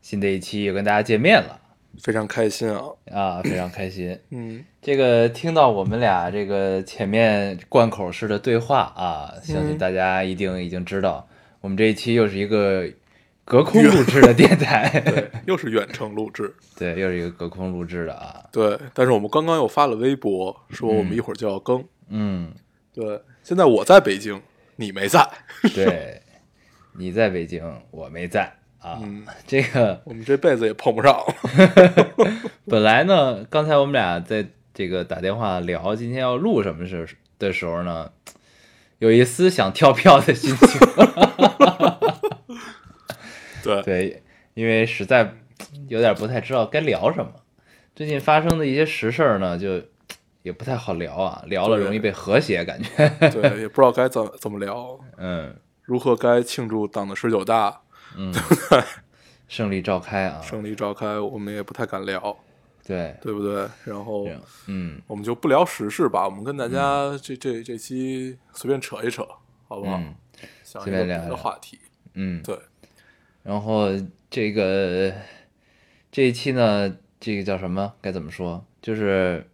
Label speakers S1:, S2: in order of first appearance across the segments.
S1: 新的一期又跟大家见面了
S2: 非常开心啊。
S1: 啊，非常开心。
S2: 嗯，
S1: 这个听到我们俩这个前面贯口式的对话啊，相信大家一定已经知道，我们这一期又是一个隔空录制的电台，
S2: 对，又是远程录制。
S1: 对，又是一个隔空录制的啊，
S2: 对，但是我们刚刚又发了微博，说我们一会儿就要更。
S1: 嗯，
S2: 对，现在我在北京，你没在。
S1: 对，你在北京，我没在啊，
S2: 嗯，
S1: 这个
S2: 我们这辈子也碰不上。
S1: 本来呢，刚才我们俩在这个打电话聊今天要录什么事的时候呢，有一丝想跳票的心情。
S2: 对，
S1: 对，因为实在有点不太知道该聊什么。最近发生的一些实事儿呢，就也不太好聊啊，聊了容易被和谐，感觉。
S2: 对，也不知道该怎么怎么聊，
S1: 嗯
S2: 如何该庆祝党的十九大
S1: 嗯，胜利召开啊，
S2: 胜利召开，我们也不太敢聊，
S1: 对，
S2: 对不对？然后
S1: 这样嗯
S2: 我们就不聊时事吧，我们跟大家这这这期随便扯一扯，好不好？
S1: 嗯
S2: 想一
S1: 随
S2: 个
S1: 便
S2: 别
S1: 聊一
S2: 的
S1: 聊
S2: 话题。
S1: 嗯，
S2: 对，
S1: 然后这个这一期呢，这个叫什么？该怎么说？就是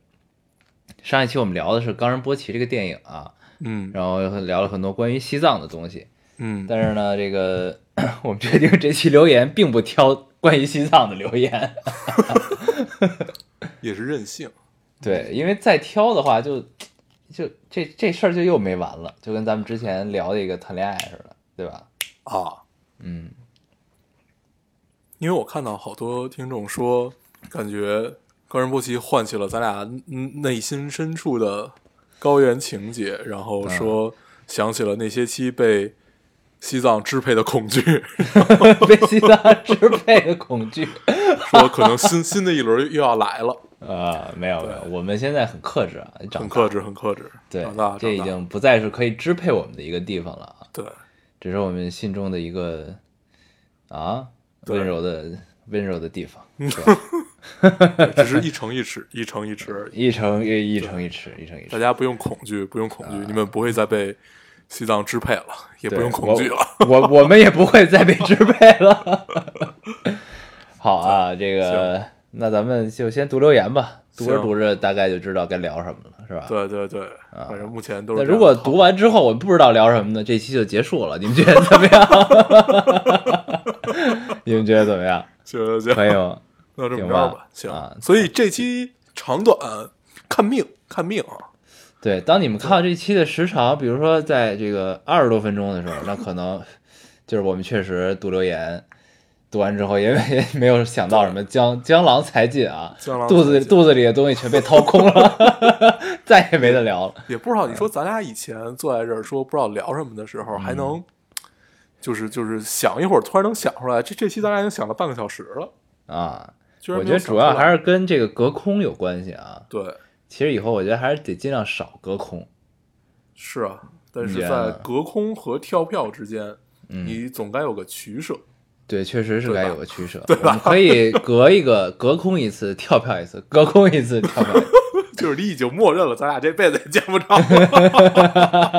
S1: 上一期我们聊的是《冈仁波齐》这个电影啊，
S2: 嗯
S1: 然后聊了很多关于西藏的东西。
S2: 嗯，
S1: 但是呢，这个 我们决定这期留言并不挑关于西藏的留言，
S2: 也是任性。
S1: 对，因为再挑的话就就这这事儿就又没完了，就跟咱们之前聊的一个谈恋爱似的，对吧？
S2: 啊，
S1: 嗯，
S2: 因为我看到好多听众说，感觉冈仁波齐唤起了咱俩嗯内心深处的高原情结，然后
S1: 嗯
S2: 说想起了那些期被西藏支配的 恐惧，
S1: 被西藏支配的恐惧
S2: 说可能新新的一轮又要来了，
S1: 啊、没有没有，我们现在很克制啊，长
S2: 很
S1: 大
S2: 克制，很克制，
S1: 对
S2: 长大，，
S1: 这已
S2: 长大
S1: 经不再是可以支配我们的一个地方了啊，
S2: 对
S1: 只是我们心中的一个啊
S2: 对
S1: 温柔的温柔的地方，
S2: 对，只是一城一尺，一城一尺 而已，
S1: 一城一一城一尺，一城一尺
S2: 大。家不用恐惧，不用恐惧，你们不会再被西藏支配了，也
S1: 啊
S2: 不
S1: 对
S2: 用恐惧了，
S1: 我我们也不会再被支配了。好啊，这个那咱们就先读留言吧，读着
S2: 行
S1: 读着大概就知道该聊什么了，是吧？。
S2: 对对对，反正目前都是
S1: 啊那如
S2: 这样
S1: 果
S2: 的
S1: 读完之后我们不知道聊什么呢，这期就结束了，你们觉得怎么样？ 你们觉得怎么样？
S2: 行行行，
S1: 可以吗？
S2: 那这么
S1: 行
S2: 着
S1: 吧
S2: 吧，行
S1: 啊。
S2: 所以这期长短看命，看命啊。
S1: 对，当你们看到这期的时长，比如说在这个二十多分钟的时候，那可能就是我们确实读留言，读完之后也也没有想到什么江江郎才尽啊，
S2: 江郎才
S1: 肚子
S2: 尽
S1: 肚子里的东西全被掏空了， 再也没得聊了。
S2: 也不知道你说咱俩以前坐在这儿说不知道聊什么的时候，
S1: 嗯
S2: 还能就是就是想一会儿，突然能想出来。这这期咱俩已经想了半个小时了，
S1: 啊。
S2: 居然
S1: 我
S2: 没
S1: 觉
S2: 有
S1: 得
S2: 想
S1: 主要
S2: 出来
S1: 还是跟这个隔空有关系啊。
S2: 对，
S1: 其实以后我觉得还是得尽量少隔空。
S2: 是啊。但是
S1: 你觉
S2: 在
S1: 得呢
S2: 隔空和跳票之间，
S1: 嗯
S2: 你总该有个取舍。
S1: 对，确实是
S2: 对吧
S1: 该有个取舍。我们可以隔一个隔空一次跳票一次，隔空一次跳票一次。
S2: 就是你已经默认了，咱俩这辈子也见不着 了。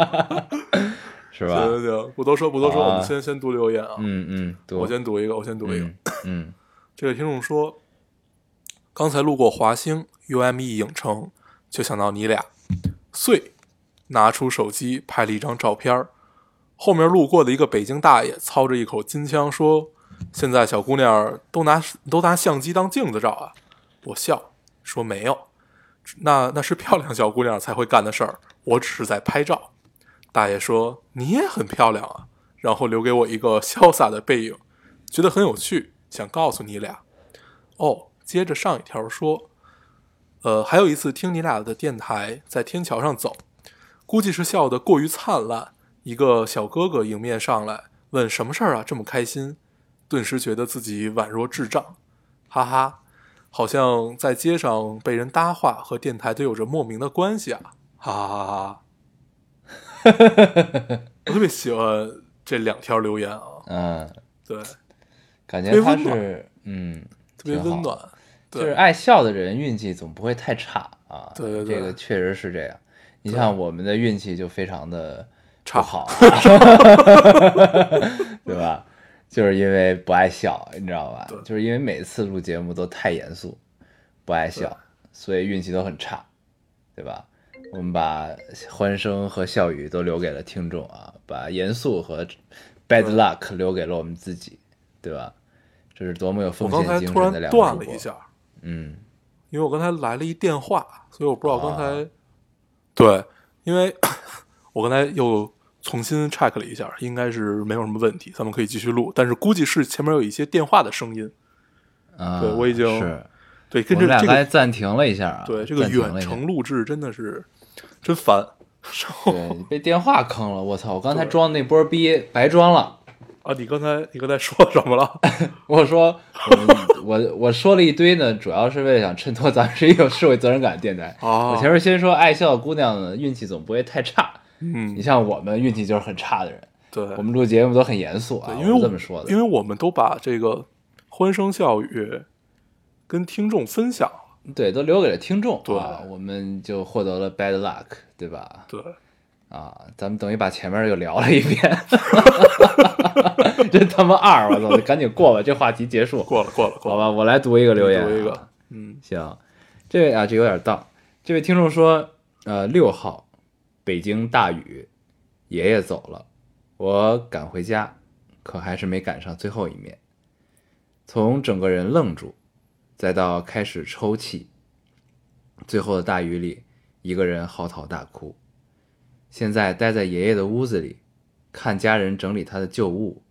S1: 是 吧？
S2: 行行行，不多说不多说，
S1: 好啊
S2: 我们先先读留言啊。
S1: 嗯嗯，对，
S2: 我先读一个，我先读一个。
S1: 嗯嗯
S2: 这位听众说，刚才路过华星 UME E 影城，就想到你俩，遂拿出手机拍了一张照片儿后面路过的一个北京大爷操着一口金枪说：“现在小姑娘儿都拿都拿相机当镜子照啊！”我笑说：“没有，那那是漂亮小姑娘才会干的事儿，我只是在拍照。”大爷说：“你也很漂亮啊！”然后留给我一个潇洒的背影。觉得很有趣，想告诉你俩。哦，接着上一条说，呃，还有一次听你俩的电台，在天桥上走，估计是笑得过于灿烂，一个小哥哥迎面上来问什么事儿啊，这么开心，顿时觉得自己宛若智障，哈哈。好像在街上被人搭话和电台都有着莫名的关系啊！哈哈哈哈哈！我特别喜欢这两条留言啊，
S1: 嗯，
S2: 对，
S1: 感觉
S2: 特别
S1: 他
S2: 温暖
S1: 是嗯，
S2: 特别
S1: 挺好
S2: 温暖，
S1: 就是
S2: 对，
S1: 爱笑的人运气总不会太差啊。
S2: 对对对
S1: 这个确实是这样。你像我们的运气就非常的
S2: 差
S1: 不好，啊 对吧？就是因为不爱笑，你知道吧
S2: 对？
S1: 就是因为每次录节目都太严肃，不爱笑，所以运气都很差，对吧？我们把欢声和笑语都留给了听众啊，把严肃和 bad luck 留给了我们自己，对吧？这是多么有
S2: 我
S1: 奉
S2: 刚
S1: 献
S2: 才
S1: 精
S2: 突
S1: 神
S2: 然
S1: 的两个
S2: 断
S1: 主
S2: 了
S1: 播
S2: 一下，
S1: 嗯
S2: 因为我刚才来了一电话，所以我不知道刚才。
S1: 啊
S2: 对，因为我刚才又重新 check 了一下，应该是没有什么问题，咱们可以继续录。但是估计是前面有一些电话的声音，
S1: 啊，
S2: 对我已经
S1: 是，
S2: 对，
S1: 我
S2: 跟
S1: 们
S2: 这
S1: 俩
S2: 这
S1: 刚才
S2: 个
S1: 暂停了一下啊，
S2: 对这个
S1: 暂停了
S2: 远
S1: 一下
S2: 程，录制真的是真烦。 然后
S1: 对，被电话坑了，我操！我刚才
S2: 对
S1: 装那波逼白装了，
S2: 啊，你刚才你刚才说什么了？
S1: 我说我们我我说了一堆呢，主要是为了想衬托咱们是一个有社会责任感的电台。
S2: 哦
S1: 我前面先说爱笑的姑娘呢，运气总不会太差，你
S2: 嗯，
S1: 像我们运气就是很差的人，
S2: 对，
S1: 我们录节目都很严肃啊，
S2: 对因为
S1: 我
S2: 我
S1: 是这么说的，
S2: 因为我们都把这个欢声笑语跟听众分享了。
S1: 对，都留给了听众
S2: 对
S1: 啊，我们就获得了 bad luck，对吧？
S2: 对，
S1: 啊，咱们等于把前面又聊了一遍， 真他妈二！我操，赶紧过吧，这话题结束。
S2: 过了过了过
S1: 好
S2: 了，
S1: 吧，我来读一个留言、啊
S2: 读一个。，嗯，
S1: 行，这位啊，这有点荡。这位听众说，呃，六号，北京大雨，爷爷走了，我赶回家，可还是没赶上最后一面。从整个人愣住，再到开始抽泣，最后的大雨里，一个人嚎啕大哭。现在待在爷爷的屋子里，看家人整理他的旧物，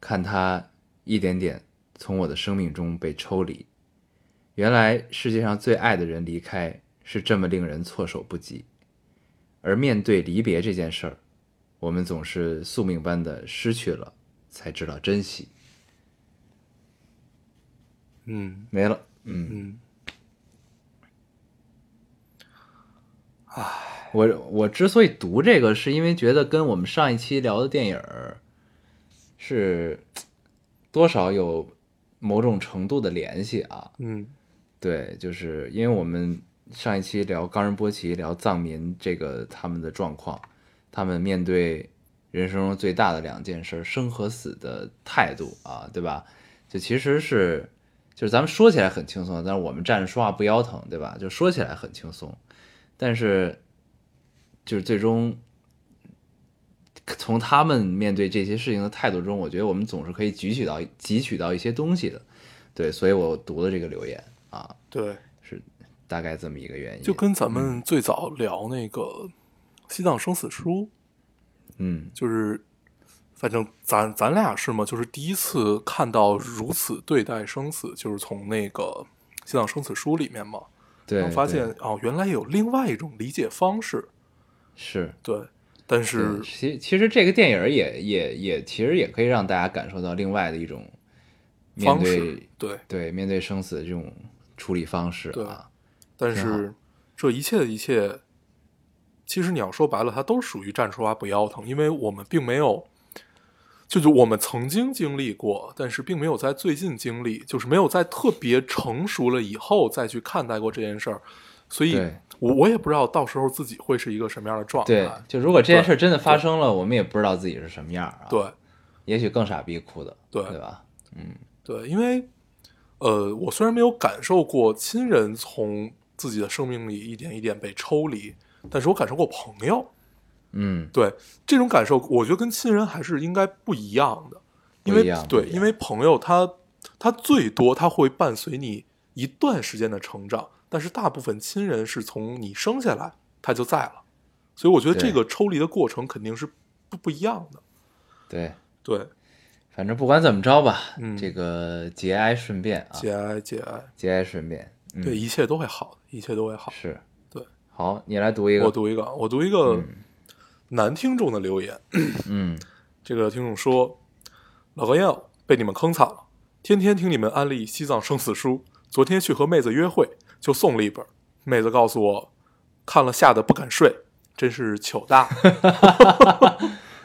S1: 看他一点点从我的生命中被抽离。原来世界上最爱的人离开是这么令人措手不及，而面对离别这件事儿，我们总是宿命般的失去了，才知道珍惜。
S2: 嗯
S1: 没了，嗯，
S2: 嗯，
S1: 我我之所以读这个，是因为觉得跟我们上一期聊的电影儿是多少有某种程度的联系啊。
S2: 嗯，
S1: 对，就是因为我们上一期聊冈仁波齐，聊藏民这个他们的状况，他们面对人生中最大的两件事，生和死的态度啊，对吧？就其实是，就是咱们说起来很轻松，但是我们站着说话不腰疼，对吧？就说起来很轻松，但是就是最终从他们面对这些事情的态度中，我觉得我们总是可以汲取到汲取到一些东西的。对，所以我读了这个留言啊，
S2: 对。
S1: 是大概这么一个原因。
S2: 就跟咱们最早聊那个《西藏生死书》，
S1: 嗯
S2: 就是反正咱咱俩是嘛，就是第一次看到如此对待生死，就是从那个《西藏生死书》里面嘛，
S1: 对
S2: 然后发现
S1: 对
S2: 哦，原来有另外一种理解方式，
S1: 是
S2: 对，但是
S1: 对其其实这个电影儿也也也其实也可以让大家感受到另外的一种面
S2: 方式
S1: 对
S2: 对，
S1: 对面对生死的这种处理方式
S2: 对
S1: 啊。
S2: 但
S1: 挺好
S2: 是这一切的一切，其实你要说白了，它都属于站着说话不腰疼，因为我们并没有，就是我们曾经经历过，但是并没有在最近经历，就是没有在特别成熟了以后再去看待过这件事儿，所以
S1: 对
S2: 我我也不知道到时候自己会是一个什么样的状
S1: 对
S2: 态，。
S1: 就如果这件
S2: 啊对
S1: 事儿真的发生了，我们也不知道自己是什么样儿啊。
S2: 对，
S1: 也许更傻逼哭的，
S2: 对
S1: 对吧？
S2: 对，因为呃，我虽然没有感受过亲人从自己的生命里一点一点被抽离，但是我感受过朋友。
S1: 嗯，
S2: 对这种感受，我觉得跟亲人还是应该不一样的，因
S1: 不一
S2: 为
S1: 样
S2: 对
S1: 不一，样
S2: 因为朋友他他最多他会伴随你一段时间的成长，但是大部分亲人是从你生下来他就在了，所以我觉得
S1: 对
S2: 这个抽离的过程肯定是不不一样的。
S1: 对，
S2: 对，
S1: 反正不管怎么着吧，
S2: 嗯
S1: 这个节哀顺变啊，
S2: 节哀节哀，
S1: 节哀顺变。嗯、
S2: 对，，一切都会好的，一切都会好。
S1: 是，
S2: 对。
S1: 好，你来读一个，
S2: 我读一个，我读一个男听众的留言，
S1: 嗯，
S2: 这个听众说：“老高要被你们坑惨了，天天听你们安利《西藏生死书》，昨天去和妹子约会，就送了一本。妹子告诉我，看了吓得不敢睡，真是糗大。
S1: 我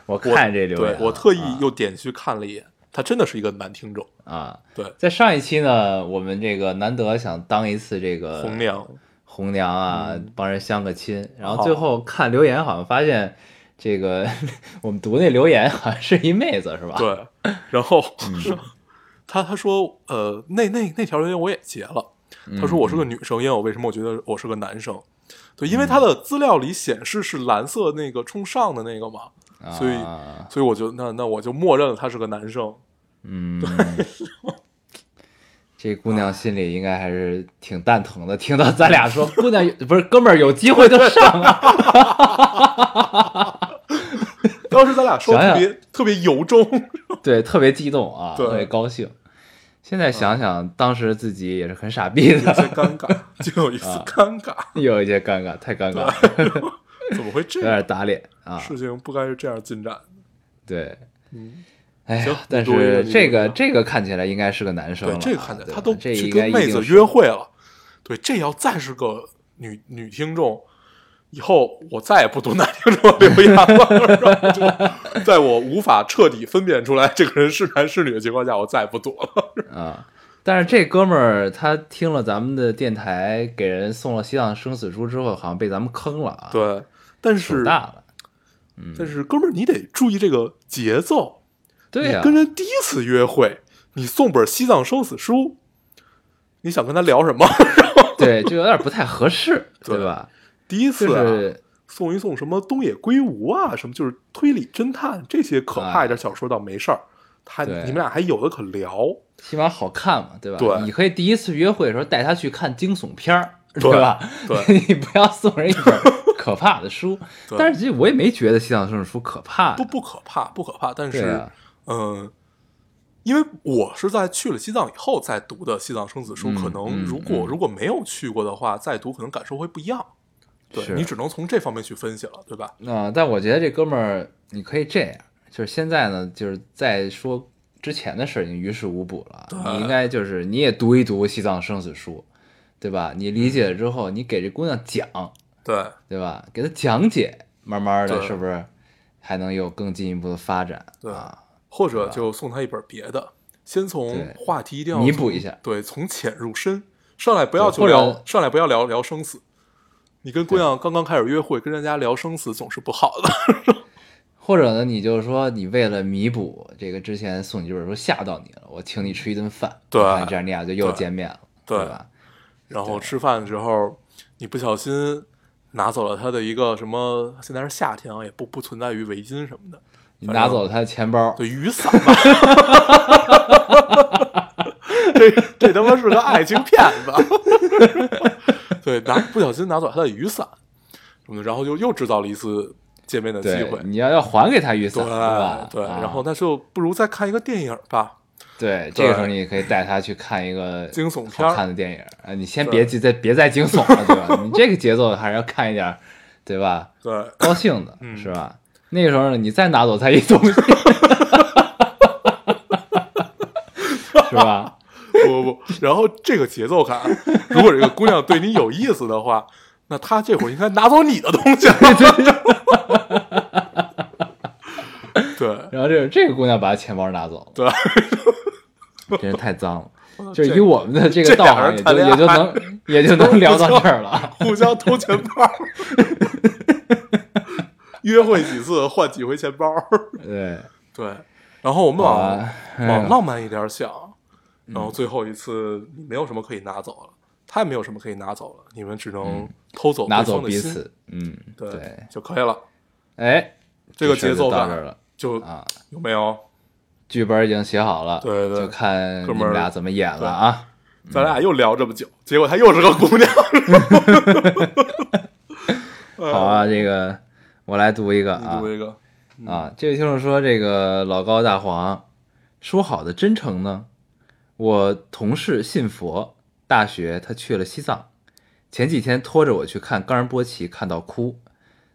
S2: 我
S1: 看这留言
S2: 对
S1: 啊，
S2: 我特意
S1: 啊
S2: 又点去看了一眼，他真的是一个男听众，
S1: 啊，
S2: 对，
S1: 在上一期呢，我们这个难得想当一次这个
S2: 红娘，嗯
S1: 红娘啊，帮人相个亲，然后最
S2: 哦
S1: 后看留言，好像发现这个 我们读那留言好像是一妹子是吧？，
S2: 对，然后 他他说呃，那那那条留言我也截了，他说我是个女生，因为我为什么我觉得我是个男生？对，因为他的资料里显示是蓝色那个冲上的那个嘛，所以
S1: 啊、
S2: 所以我就那那我就默认了他是个男生。
S1: 嗯， 这姑娘心里应该还是挺蛋疼的。听到咱俩说姑娘有不是哥们儿有机会就上 啊，
S2: 当时咱俩说
S1: 想
S2: 特
S1: 想
S2: 别特别由衷，
S1: 对，特别激动啊，
S2: 对嗯
S1: 特别高兴。现在想想，当时自己也是很傻逼
S2: 有些
S1: 的，
S2: 尴尬， 就有一丝
S1: 啊
S2: 尴尬，
S1: 有一些尴尬，太尴尬了，
S2: 怎么会这
S1: 有
S2: 样？
S1: 点打脸啊。
S2: 事情不该是这样进展的。
S1: 对，
S2: 嗯，
S1: 哎
S2: 行
S1: 呀，但
S2: 你读一个
S1: 是
S2: 你读一
S1: 这个
S2: 个
S1: 这个看起来应该是个男生了
S2: 对，
S1: 啊，
S2: 这个看起来
S1: 对
S2: 他
S1: 吧
S2: 都
S1: 这
S2: 去
S1: 应
S2: 跟
S1: 该
S2: 妹
S1: 一
S2: 子
S1: 定是
S2: 约会了，对，这要再是个女女听众，以后我再也不读男听众留言了。 就在我无法彻底分辨出来这个人是男是女的情况下，我再也不读了。
S1: 啊。但是这哥们儿他听了咱们的电台，给人送了《西藏生死书》之后，好像被咱们坑了啊，，
S2: 对，但
S1: 手
S2: 是
S1: 大了，
S2: 但是哥们儿，你得注意这个节奏。
S1: 对呀、
S2: 你跟人第一次约会，你送本《西藏生死书》，你想跟他聊什么？
S1: 对，就有点不太合适，
S2: 对
S1: 对吧？
S2: 第一次、
S1: 就
S2: 啊
S1: 是
S2: 送一送什么东野圭吾啊，什么就是推理侦探这些可怕一点小说倒没事儿，他
S1: 对
S2: 你们俩还有的可聊。
S1: 起码好看嘛，对吧？
S2: 对
S1: 你可以第一次约会的时候带他去看惊悚片儿，
S2: 对
S1: 吧？
S2: 对
S1: 你不要送人一本可怕的书。
S2: 对
S1: 但是这我也没觉得《西藏生死书》可怕呀，
S2: 不不可怕，不可怕，但是
S1: 对啊
S2: 嗯、因为我是在去了西藏以后再读的《西藏生死书》，
S1: 嗯
S2: 可能
S1: 嗯
S2: 如果、
S1: 嗯
S2: 如果没有去过的话，再读可能感受会不一样。对
S1: 是
S2: 你只能从这方面去分析了，对吧？
S1: 啊、但我觉得这哥们儿，你可以这样，就是现在呢，就是在说之前的事儿已经于事无补了。你应该就是你也读一读《西藏生死书》，对吧？你理解了之后，你给这姑娘讲，
S2: 对
S1: 对吧？给她讲解，慢慢的
S2: 对
S1: 是不是还能有更进一步的发展？
S2: 对
S1: 啊，
S2: 或者就送他一本别的，先从
S1: 对
S2: 话题一定要
S1: 弥补一下
S2: 对，从浅入深，上来不要
S1: 对
S2: 去
S1: 或者
S2: 聊，上来不要聊聊生死。你跟姑娘刚刚开始约会，跟人家聊生死总是不好的。
S1: 或者呢，你就是说你为了弥补这个之前送你这本书吓到你了，我请你吃一顿饭，
S2: 对
S1: 你看这样你俩就又
S2: 对
S1: 见面了，
S2: 对
S1: 吧？
S2: 然后吃饭的时候，你不小心拿走了他的一个什么，现在是夏天啊，也不不存在于围巾什么的，
S1: 你
S2: 反
S1: 拿
S2: 正
S1: 走了他的钱包，
S2: 对雨伞吧。 这这他妈是个爱情骗子。 对，拿不小心拿走他的雨伞什么的，然后就又制造了一次见面的机
S1: 对
S2: 会，。
S1: 你要要还给他雨伞，
S2: 对
S1: 对吧？
S2: 对，
S1: 啊
S2: 然后那就不如再看一个电影吧，
S1: 对，这个时候你也可以带他去看一个
S2: 惊悚片儿
S1: 好看的电影啊！你先
S2: 对
S1: 别急，再别再惊悚了，对 吧？你这个节奏还是要看一点儿，对吧？
S2: 对，
S1: 高兴的
S2: 嗯
S1: 是吧？那个时候呢，你再拿走他一东西， 是吧？
S2: 不不不，然后这个节奏感，如果这个姑娘对你有意思的话，那她这会儿应该拿走你的东西了。 对
S1: 然后这个这个姑娘把她钱包拿走
S2: 对，
S1: 了，真是太脏 了。就
S2: 哦这
S1: 是以我们的这
S2: 这
S1: 个道
S2: 俩
S1: 行，
S2: 人
S1: 也
S2: 谈
S1: 就也就能也就
S2: 恋爱
S1: 能聊到这儿了。
S2: 互相偷钱包， 约会几次换几回钱包。
S1: 对，
S2: 对，然后我们往、
S1: 啊
S2: 往浪漫一点想，然
S1: 嗯
S2: 后最后一次你没有什么可以拿走了，他也没有什么可以拿走了，你们只能偷走
S1: 嗯拿
S2: 对
S1: 走
S2: 方的
S1: 彼
S2: 心，
S1: 此，嗯，
S2: 对
S1: 对，
S2: 就可以了。
S1: 哎，
S2: 这个
S1: 事儿
S2: 节
S1: 就
S2: 奏
S1: 到
S2: 感
S1: 这儿了
S2: 就
S1: 啊。
S2: 有没有？
S1: 剧本已经写好了，
S2: 对对
S1: 就看
S2: 哥
S1: 你
S2: 们儿
S1: 们俩怎么演了啊。
S2: 咱俩又聊这么久，结果她又是个姑娘。
S1: 好啊，这个我来读一个
S2: 嗯你
S1: 啊
S2: 读一个，
S1: 啊，这位听众说，这个老高大黄说好的真诚呢？我同事信佛，大学他去了西藏，前几天拖着我去看冈仁波齐，看到哭。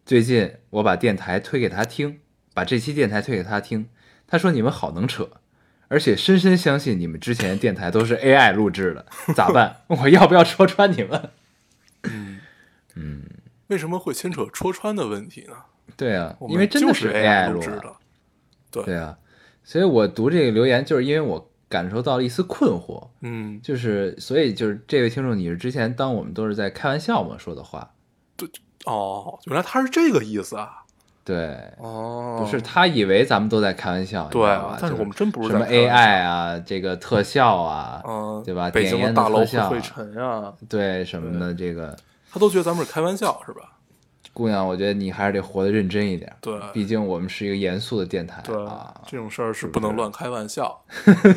S1: 最近我把电台推给他听，把这期电台推给他听，他说你们好能扯，而且深深相信你们之前的电台都是 AI 录制的，咋办？ 我要不要戳穿你们？
S2: 为什么会牵扯戳穿的问题呢？
S1: 对啊
S2: 我，们
S1: 因为真的
S2: 就是
S1: AI
S2: 录
S1: 录
S2: 制
S1: 的。
S2: 的，对
S1: 对啊，所以我读这个留言，就是因为我感受到了一丝困惑，
S2: 嗯，
S1: 就是所以就是这位听众，你是之前当我们都是在开玩笑嘛说的话，
S2: 哦，原来他是这个意思啊，
S1: 对，
S2: 哦，
S1: 不是他以为咱们都在开玩笑，你知
S2: 对
S1: 道吧，
S2: 但是
S1: 就
S2: 我们真不是
S1: 什么
S2: 在开玩笑
S1: AI 啊，这个特效啊，
S2: 嗯，
S1: 对吧？
S2: 北京
S1: 点
S2: 的
S1: 烟
S2: 大楼
S1: 特
S2: 会
S1: 效啊
S2: 灰尘啊，
S1: 对什么的，这个
S2: 他都觉得咱们是开玩笑是吧？
S1: 姑娘，我觉得你还是得活得认真一点，
S2: 对
S1: 毕竟我们是一个严肃的电台
S2: 对，
S1: 啊，
S2: 这种事儿是不能乱开玩 笑。对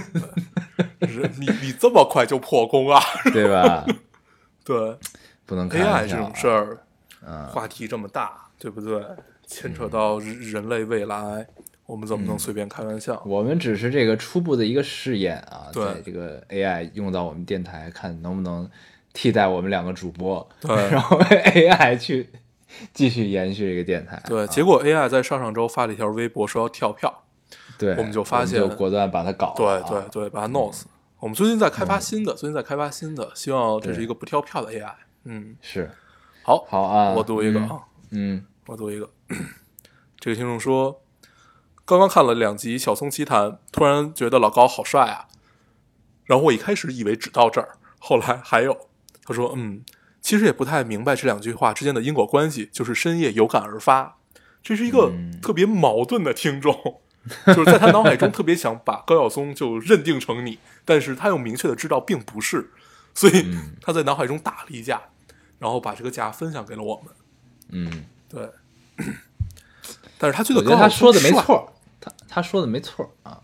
S2: 人你你这么快就破功啊？
S1: 对吧？
S2: 对
S1: 不能开
S2: ，AI
S1: 玩
S2: 这
S1: 笑
S2: 种
S1: 啊，嗯
S2: 事儿，话题这么大，对不对？牵扯到人人类未来，我们怎么
S1: 嗯
S2: 能随便开玩笑？
S1: 我们只是这个初步的一个试验啊，
S2: 对
S1: 在这个 AI 用到我们电台，看能不能替代我们两个主播，
S2: 对
S1: 然后 AI 去继续延续这个电台。
S2: 对，
S1: 啊
S2: 结果 AI 在上上周发了一条微博说要跳票，
S1: 对，
S2: 我们就发现
S1: 我们就果断把它搞
S2: 对
S1: 了啊嗯
S2: 对对，把它弄死。我们最近在开发新的，最近在开发新的，希望这是
S1: 对
S2: 一个不跳票的 AI。嗯，
S1: 是
S2: 好，
S1: 好啊。
S2: 我读一个啊。
S1: 嗯，
S2: 我读一个， 这个听众说，刚刚看了两集《小松奇谈》，突然觉得老高好帅啊。然后我一开始以为只到这儿，后来还有，他说，嗯，其实也不太明白这两句话之间的因果关系，就是深夜有感而发。这是一个
S1: 嗯
S2: 特别矛盾的听众， 就是在他脑海中特别想把高晓松就认定成你，但是他又明确的知道并不是，所以
S1: 嗯
S2: 他在脑海中打了一架，然后把这个架分享给了我们。
S1: 嗯嗯，
S2: 对， 但是他觉
S1: 我
S2: 得
S1: 觉
S2: 高
S1: 得他
S2: 晓
S1: 说
S2: 松
S1: 的没
S2: 帅，嗯
S1: 错，他他说的没错啊，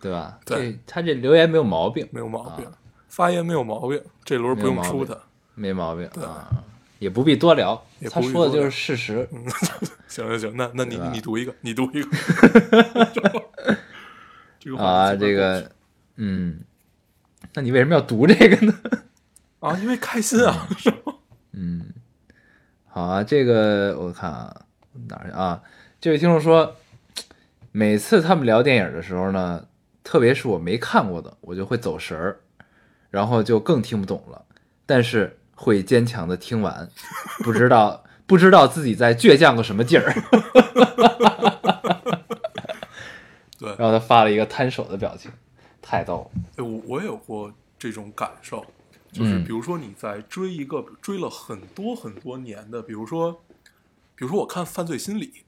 S1: 对吧？
S2: 对
S1: 这，他这留言没有毛病，
S2: 没有毛病，发言没有毛病，这轮不用
S1: 啊没
S2: 出
S1: 有毛
S2: 他
S1: 病。没毛病啊，也不必多聊
S2: 也，不
S1: 他
S2: 必
S1: 说的
S2: 多
S1: 就是
S2: 聊
S1: 事实。
S2: 嗯 行行行，那那你
S1: 对吧
S2: 你读一个，你读一个。 这个话题
S1: 啊，这
S2: 基本过去
S1: 个，嗯，那你为什么要读这个呢？
S2: 啊，因为开心啊，
S1: 嗯好啊，这个我看啊，哪儿去啊？这位听众说，每次他们聊电影的时候呢，特别是我没看过的，我就会走神儿，然后就更听不懂了，但是会坚强的听完，不知道不知道自己在倔强个什么劲 儿。
S2: 对
S1: 然后他发了一个摊手的表情，太逗了。
S2: 哎我我也有过这种感受，就是
S1: 嗯
S2: 比如说你在追一个追了很多很多年的，比如说，比如说我看《犯罪心理》，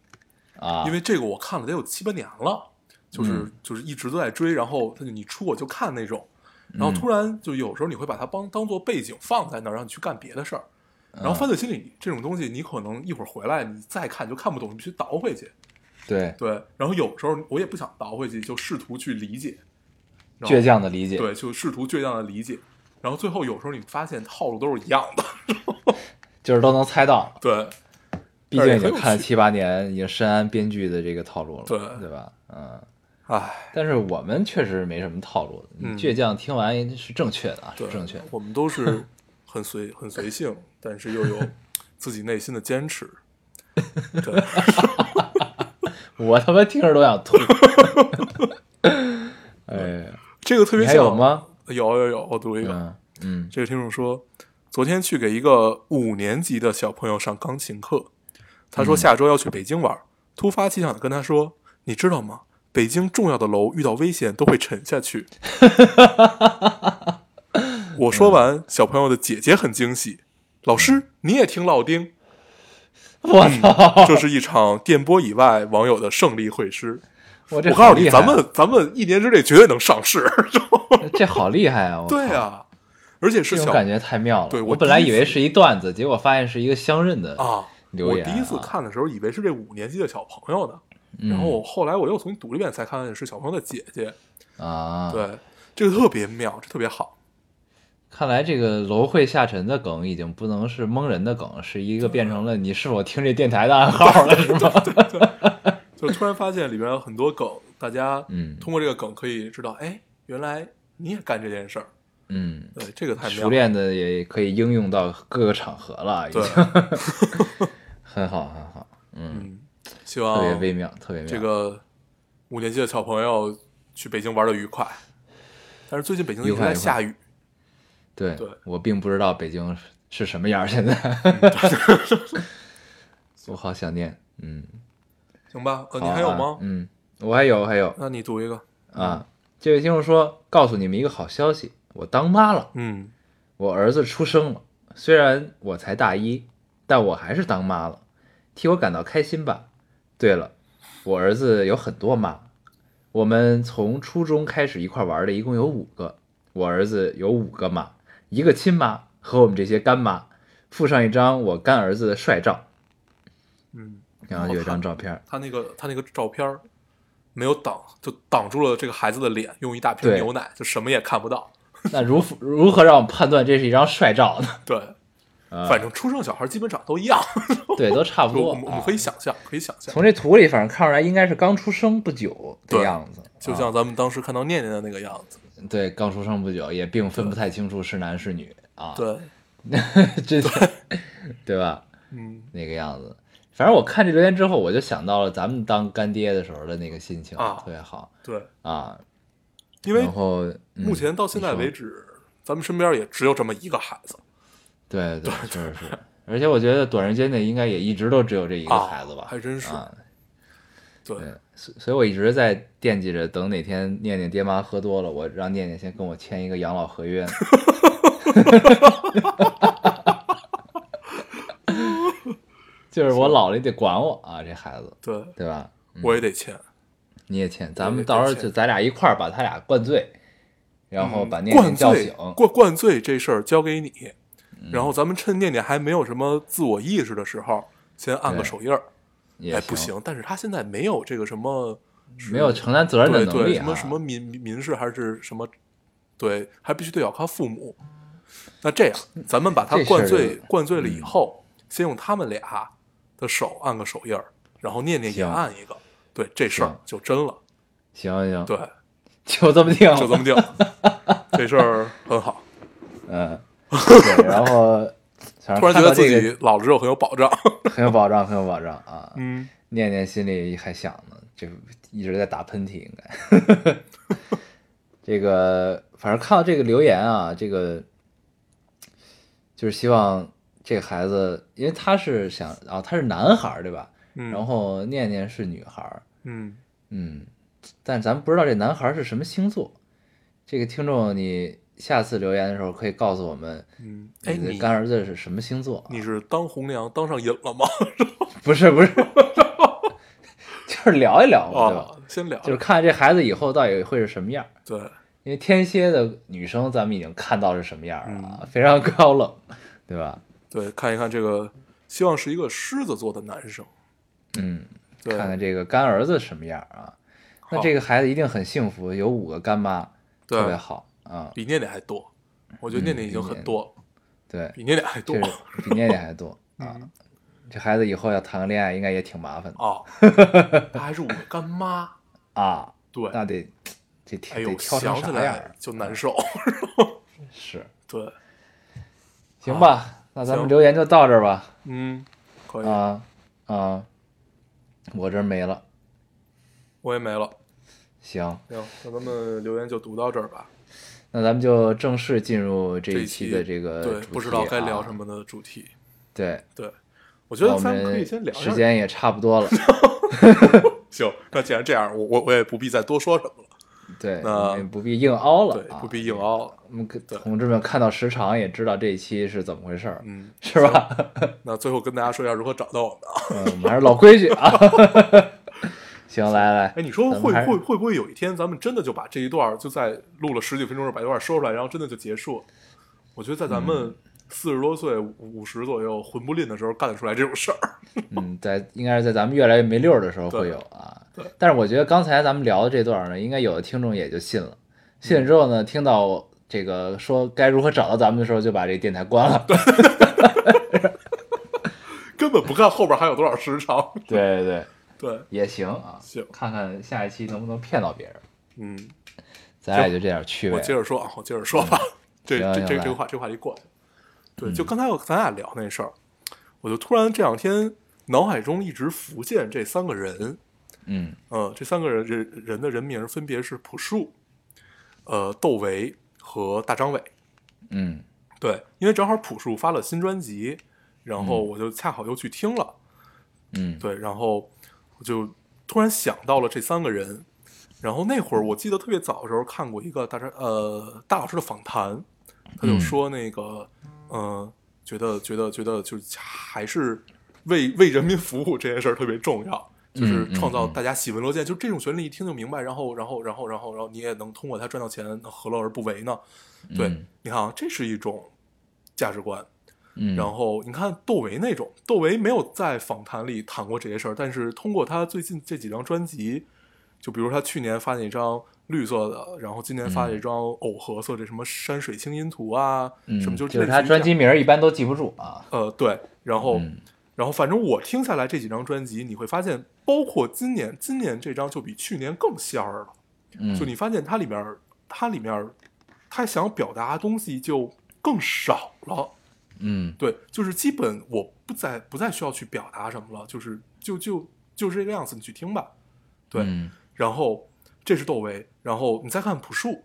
S1: 啊，
S2: 因为这个我看了得有七八年了，就是、
S1: 嗯
S2: 就是一直都在追，然后他就你出我就看那种，然
S1: 嗯
S2: 后突然就有时候你会把它帮当做背景放在那儿，让你去干别的事儿。
S1: 嗯
S2: 然后犯罪心理这种东西，你可能一会儿回来你再看就看不懂，你必须倒回去。
S1: 对
S2: 对，然后有时候我也不想倒回去，就试图去理解，然后
S1: 倔强的理解，
S2: 对，就试图倔强的理解。然后最后有时候你发现套路都是一样的，
S1: 就是都能猜到。
S2: 对
S1: 毕
S2: 但
S1: 竟
S2: 是也
S1: 已经
S2: 很有
S1: 看了
S2: 趣
S1: 七八年，已经深谙编剧的这个套路了，
S2: 对
S1: 对吧？嗯，
S2: 唉，
S1: 但是我们确实没什么套路，你
S2: 嗯
S1: 倔强听完是正确的啊，是
S2: 对，
S1: 正确的。
S2: 我们都是很随 很随性，但是又有自己内心的坚持。对，
S1: 我他妈听着都想 吐。哎，
S2: 这个特
S1: 你
S2: 别
S1: 还
S2: 像
S1: 有？吗？
S2: 有有有，我读一个。
S1: 嗯 嗯
S2: 这个听众说，昨天去给一个五年级的小朋友上钢琴课，他
S1: 嗯
S2: 说下周要去北京玩，突发奇想的跟他说：“你知道吗？北京重要的楼遇到危险都会沉下去。” 我说完，小朋友的姐姐很惊喜，老师你也听老 丁。嗯
S1: 我操，
S2: 这是一场电波以外网友的胜利会师。
S1: 我这
S2: 我
S1: 好
S2: 告诉你，
S1: 厉害
S2: 咱们咱们一年之内绝对能上市。
S1: 这好厉害啊！我
S2: 对
S1: 操，
S2: 啊，而且是
S1: 这
S2: 小
S1: 种感觉太妙了。
S2: 对我
S1: 我本
S2: 第
S1: 来
S2: 一
S1: 以为
S2: 次
S1: 是一段子，结果发现是一个相认的
S2: 啊！
S1: 留
S2: 我
S1: 言啊。
S2: 第一次看的时候，以为是这五年级的小朋友呢，
S1: 嗯，
S2: 然后我后来我又重新读了一遍，才看见是小朋友的姐姐。
S1: 啊，，
S2: 对，这个特别妙，这特别好。
S1: 看来这个楼会下沉的梗已经不能是蒙人的梗，是一个变成了你是否听这电台的暗号了，是 吗？
S2: 就突然发现里面有很多梗，大家
S1: 嗯
S2: 通过这个梗可以知道，哎，原来你也干这件事儿。
S1: 嗯，
S2: 对，这个太妙
S1: 熟
S2: 了。
S1: 练的也可以应用到各个场合了，已经
S2: 对，
S1: 很好很好，
S2: 嗯，希
S1: 特别
S2: 望
S1: 微妙，特别妙。
S2: 这个五年级的小朋友去北京玩的愉快。但是最近北京一
S1: 愉
S2: 直
S1: 快
S2: 在
S1: 愉快
S2: 下雨，
S1: 对
S2: 对嗯
S1: 我并不知道北京是什么样儿，现在 我好想念。嗯，
S2: 行吧？呃，
S1: 好
S2: 你还有
S1: 啊
S2: 吗？
S1: 嗯，我还有，我还有
S2: 那你读一个。
S1: 啊。这位听众说，告诉你们一个好消息，我当妈了，
S2: 嗯，
S1: 我儿子出生了。虽然我才大一，但我还是当妈了，替我感到开心吧。对了，我儿子有很多妈，我们从初中开始一块玩的，一共有五个。我儿子有五个妈，一个亲妈和我们这些干妈。附上一张我干儿子的帅照，
S2: 嗯，
S1: 然后有一张照片，
S2: 他那个他那个照片儿没有挡，就挡住了这个孩子的脸，用一大瓶
S1: 对
S2: 牛奶，就什么也看不到。
S1: 那如何如何让我判断这是一张帅照呢？
S2: 对，
S1: 啊
S2: 反正出生小孩基本上都一样，
S1: 对，都差不
S2: 我
S1: 多。
S2: 我们我们
S1: 啊
S2: 可以想象，可以想象，
S1: 从这图里，反正看出来应该是刚出生不久的
S2: 对
S1: 样子，
S2: 就
S1: 啊
S2: 像咱们当时看到念念的那个样子。
S1: 对刚出生不久，也并分不太清楚是男是女啊。，
S2: 对，
S1: 这 对吧？
S2: 嗯
S1: 那个样子。反正我看这留言之后，我就想到了咱们当干爹的时候的那个心情，
S2: 啊
S1: 特别好
S2: 对，
S1: 啊。
S2: 因为
S1: 然后、嗯
S2: 目前到现在
S1: 你说
S2: 为止，咱们身边也只有这么一个孩子。
S1: 对对，确实是。而且我觉得短时间内应该也一直都只有这一个
S2: 啊
S1: 孩子吧，
S2: 还真是
S1: 啊
S2: 对，
S1: 对，所所以我一直在惦记着，等哪天念念爹妈喝多了，我让念念先跟我签一个养老合约呢。 就是我老了，你得管我啊，这孩子，
S2: 对，
S1: 对吧？
S2: 我也得签，
S1: 你也签，咱
S2: 对
S1: 们
S2: 对
S1: 到时候
S2: 签嗯
S1: 就咱俩一块儿把他俩灌醉，然后把念念
S2: 灌
S1: 叫醒嗯
S2: 醉。灌灌醉这事儿交给你，然后咱们趁念念还没有什么自我意识的时候，先按个
S1: 对
S2: 手印儿。
S1: 也
S2: 哎，不，行，但是他现在没有这个什么是
S1: 没有承担责任的
S2: 对
S1: 能
S2: 对
S1: 力
S2: 什
S1: 啊。
S2: 么什么民民事还是什么，对，还必须得要靠父母。那这样，咱们把他
S1: 这事儿嗯
S2: 灌醉
S1: 就
S2: 灌醉了以后，先用他们俩的手按个手印儿，然后念念也
S1: 行
S2: 按一个，对，这事儿
S1: 行
S2: 就真了。
S1: 行行，
S2: 对，
S1: 就这么定，
S2: 就这 么定，这事儿很好。
S1: 嗯，对，然后 反正
S2: 突然觉
S1: 看
S2: 得
S1: 到
S2: 自
S1: 这个
S2: 己老了之后很有 保障。
S1: 很有保障，很有保障啊！
S2: 嗯，
S1: 念念心里还想呢，这一直在打喷嚏，应该。这个反正看到这个留言啊，这个就是希望这个孩子，因为他是想啊，他是男孩儿对吧？
S2: 嗯
S1: 然后念念是女孩儿，
S2: 嗯，
S1: 嗯，但咱不知道这男孩儿是什么星座。这个听众，你下次留言的时候可以告诉我们，
S2: 嗯，哎，
S1: 你的
S2: 你
S1: 干儿子是什么星座啊、
S2: 你是当红娘当上瘾了吗？
S1: 不是不是， 就是聊一聊嘛，对吧？
S2: 啊，先聊，
S1: 就是看这孩子以后到底会是什么样儿。
S2: 对，
S1: 因为天蝎的女生，咱们已经看到是什么样儿了啊，
S2: 嗯
S1: 非常高冷，对吧？
S2: 对，看一看这个，希望是一个狮子座的男生。
S1: 嗯，
S2: 对，
S1: 看看这个干儿子什么样儿啊？那
S2: 好
S1: 这个孩子一定很幸福，有五个干妈，
S2: 对
S1: 特别好嗯啊、
S2: 比念念还多，我觉得念念已经很多，
S1: 对，
S2: 比念念还多嗯
S1: 这是比念念还 多啊。这孩子以后要谈个恋爱，应该也挺麻烦的
S2: 啊。 她还是我干妈，
S1: 啊。
S2: 对，
S1: 那得得
S2: 哎
S1: 挑
S2: 呦
S1: 得，挑成
S2: 想起
S1: 啥样
S2: 来
S1: 儿？啊
S2: 就难受。
S1: 是，
S2: 对，
S1: 行
S2: 好
S1: 吧，那咱们
S2: 啊行
S1: 留言就到这儿吧。
S2: 嗯，可以，
S1: 啊啊，我这儿没了。
S2: 我也没了。
S1: 行，
S2: 行，那咱们留言就读到这儿吧。
S1: 那咱们就正式进入这
S2: 这
S1: 一期的这个
S2: 对，
S1: 主
S2: 不知
S1: 题
S2: 道该
S1: 啊
S2: 聊什。么的主题。
S1: 对，
S2: 对，我觉
S1: 那
S2: 得
S1: 我
S2: 咱们可以
S1: 们
S2: 先聊一
S1: 时
S2: 下。
S1: 间也差不多 了。
S2: 行，那既然这样，我我我也不必再多说什么了。
S1: 对，
S2: 那
S1: 我们也不必硬凹了
S2: 对，
S1: 啊。
S2: 不必硬凹了。
S1: 我们跟同志们看到时长也知道这一期是怎么回事儿，
S2: 嗯，
S1: 是吧？
S2: 那最后跟大家说一下如何找到我们啊。
S1: 嗯，我们还是老规矩 啊。行，来来
S2: 哎，，你说
S1: 咱们
S2: 会
S1: 还是
S2: 会会不会有一天，咱们真的就把这一段儿就在录了十几分钟，把这段儿说出来，然后真的就结束了？我觉得在咱
S1: 嗯
S2: 们四十多岁、五十左右混不吝的时候干得出来这种事儿。
S1: 嗯，在应该是在咱们越来越没溜儿的时候
S2: 对
S1: 会有啊
S2: 对。
S1: 但是我觉得刚才咱们聊的这段呢，应该有的听众也就信了，
S2: 嗯
S1: 信了之后呢，听到这个说该如何找到咱们的时候，就把这电台关了。 对
S2: 根本不看后边还有多少时长。
S1: 对对，
S2: 对，
S1: 也行啊。
S2: 行
S1: 看看下一期能不能骗到别人。
S2: 嗯，
S1: 咱俩就这点趣味
S2: 我。接着说啊，我接着说吧。这
S1: 嗯行行
S2: 这这
S1: 来嗯
S2: 这个话这个话题过去了。对，就刚才我咱俩聊那事儿，我就突然这两天脑海中一直浮现这三个人，
S1: 嗯
S2: 呃，这三个人人人的人名分别是朴树、呃窦唯和大张伟。
S1: 嗯
S2: 对，因为正好朴树发了新专辑，然后我就恰好又去听了，
S1: 嗯
S2: 对，然后我就突然想到了这三个人。然后那会儿我记得特别早的时候看过一个大张呃大老师的访谈，他就
S1: 嗯
S2: 说那个嗯、呃觉得觉得觉得就是还是为为人民服务这件事儿特别重要，就是
S1: 嗯嗯
S2: 创造
S1: 嗯
S2: 大家喜闻乐见，就这种旋律一听就明白，然后然后然后然后然后你也能通过它赚到钱，那何乐而不为呢？对，
S1: 嗯
S2: 你看啊，这是一种价值观。
S1: 嗯，
S2: 然后你看窦唯那种，窦唯没有在访谈里谈过这些事儿，但是通过他最近这几张专辑，就比如他去年发那张绿色的，然后今年发了一张藕荷色的什么山水清音图啊，
S1: 嗯
S2: 什么就
S1: 就是
S2: 类
S1: 是
S2: 似于
S1: 他专
S2: 这
S1: 辑
S2: 样
S1: 名儿一般都记不住啊。
S2: 呃对，然后、
S1: 嗯
S2: 然后反正我听下来这几张专辑，你会发现，包括今年，今年这张就比去年更仙儿了。
S1: 嗯，
S2: 就你发现它里面儿，它里面儿，它想表达的东西就更少了。
S1: 嗯
S2: 对，就是基本我不再不再需要去表达什么了，就是就就就是这个样子，你去听吧。对，
S1: 嗯
S2: 然后这是窦唯，然后你再看朴树，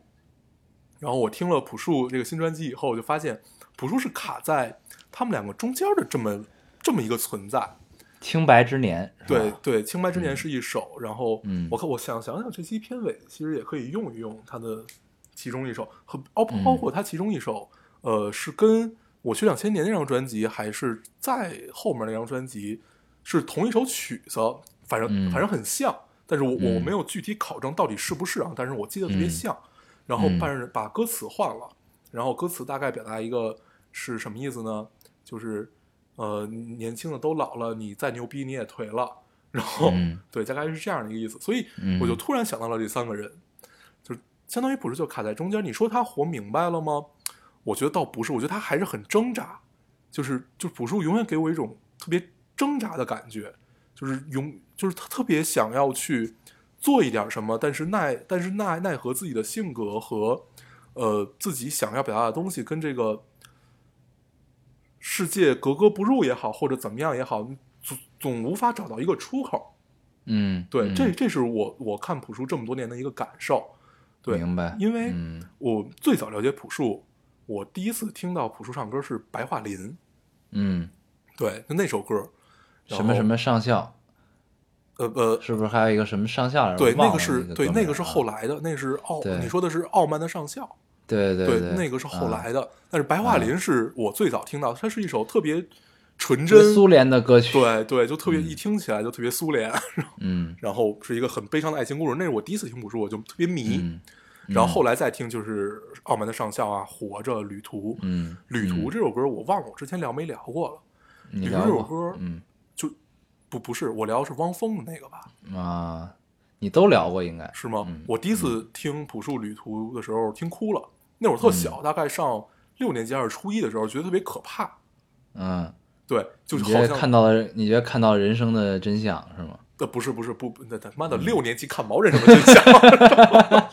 S2: 然后我听了朴树这个新专辑以后，我就发现朴树是卡在他们两个中间的这么这么一个存在。
S1: 清白之年是吧
S2: 对对，《清白之年》是一首，然后
S1: 嗯
S2: 我看我想想想，这期片尾其实也可以用一用它的其中一首，和包
S1: 嗯
S2: 包括它其中一首，呃，是跟我去两千年那张专辑，还是在后面那张专辑是同一首曲子，反正、
S1: 嗯
S2: 反正很像，但是我我
S1: 嗯
S2: 没有具体考证到底是不是啊，但是我记得特别
S1: 嗯
S2: 像，然后
S1: 嗯
S2: 但是把歌词换了，然后歌词大概表达一个是什么意思呢？就是呃，年轻的都老了，你再牛逼你也颓了。然后、
S1: 嗯
S2: 对，大概是这样的一个意思。所以
S1: 嗯
S2: 我就突然想到了这三个人，就是相当于朴树就卡在中间。你说他活明白了吗？我觉得倒不是，我觉得他还是很挣扎。就是就是朴树永远给我一种特别挣扎的感觉，就是永就是他特别想要去做一点什么，但是奈但是奈奈何自己的性格和呃自己想要表达的东西跟这个世界格格不入也好，或者怎么样也好，总总无法找到一个出口。
S1: 嗯
S2: 对，
S1: 嗯
S2: 这这是我我看朴树这么多年的一个感受。对，
S1: 明白，
S2: 因为
S1: 嗯
S2: 我最早了解朴树，我第一次听到朴树唱歌是《白桦林》，
S1: 嗯
S2: 对，就那首歌。然
S1: 什么
S2: 后
S1: 什么上校，
S2: 呃呃，
S1: 是不是还有一个什么上校来着？
S2: 对，
S1: 忘了
S2: 那个是对，
S1: 哥们
S2: 那
S1: 儿
S2: 个是
S1: 啊
S2: 后来的，那是傲，
S1: 对
S2: 你说的是《傲慢的上校》，
S1: 对对对，
S2: 那个是后
S1: 啊
S2: 来的。但是《白桦林》是我最早听到，它是一首特别纯
S1: 这
S2: 真
S1: 是，苏联嗯的歌曲，，
S2: 对对，就特别一听起来就特别苏联，
S1: 嗯
S2: 然后是一个很悲伤的爱情故事。那是我第一次听朴树，我就特别迷。
S1: 嗯
S2: 然后后来再听就是《傲慢的上校》啊，《活着》《旅途》。
S1: 嗯，
S2: 旅途这首歌我忘了我之前聊没聊过了，
S1: 你
S2: 比如
S1: 聊
S2: 这
S1: 过
S2: 首歌
S1: 嗯
S2: 就不不是我聊的是汪峰的那个吧？
S1: 啊，你都聊过应该，
S2: 是吗？
S1: 嗯
S2: 我第一次听朴树《旅途》的时候听哭了，那会儿特小，大概上六年级还是初一的时候，觉得特别可怕。
S1: 嗯，
S2: 对，就是
S1: 你
S2: 好
S1: 觉
S2: 像
S1: 得看到了，你觉得看到了人生的真相是吗？
S2: 呃不是不是不不那他妈的六年级看毛人什么真相？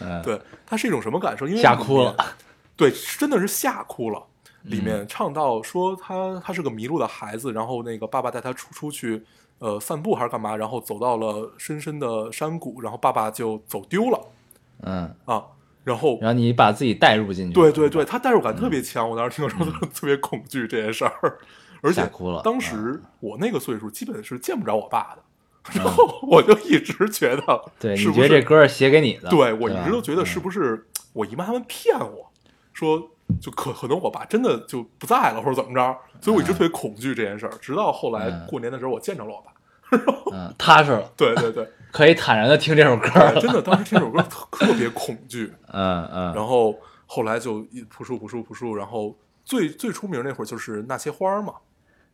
S1: 嗯
S2: 对，它是一种什么感受？因为
S1: 吓哭了嗯
S2: 里面，对，是真的是吓哭了。里面唱到说他他是个迷路的孩子，然后那个爸爸带他出出去呃散步还是干嘛，然后走到了深深的山谷，然后爸爸就走丢了
S1: 嗯，
S2: 啊，然后
S1: 然后你把自己带入进去，
S2: 对对对，他代入感
S1: 嗯
S2: 特别强，我当时听的时候特特别恐惧这件事 儿，而且
S1: 吓哭了嗯
S2: 当时我那个岁数基本是见不着我爸的，然后我就一直觉得，
S1: 对，
S2: 是
S1: 你
S2: 不
S1: 觉得
S2: 是？
S1: 这歌是写给你的？
S2: 对我一
S1: 吧嗯
S2: 直都觉得是不是我姨妈他们骗我，说就可可能我爸真的就不在了，或者怎么着，所以我一直特别恐惧这件事儿，直到后来
S1: 嗯
S2: 过年的时候我见着了我爸，
S1: 嗯，踏实了，
S2: 对 对对，
S1: 可以坦然的听这首歌
S2: 哎
S1: 了，
S2: 真的当时听这首歌特特别恐惧，
S1: 嗯嗯，
S2: 然后后来就一朴树朴树朴树，然后最最出名那会儿就是那些花儿嘛，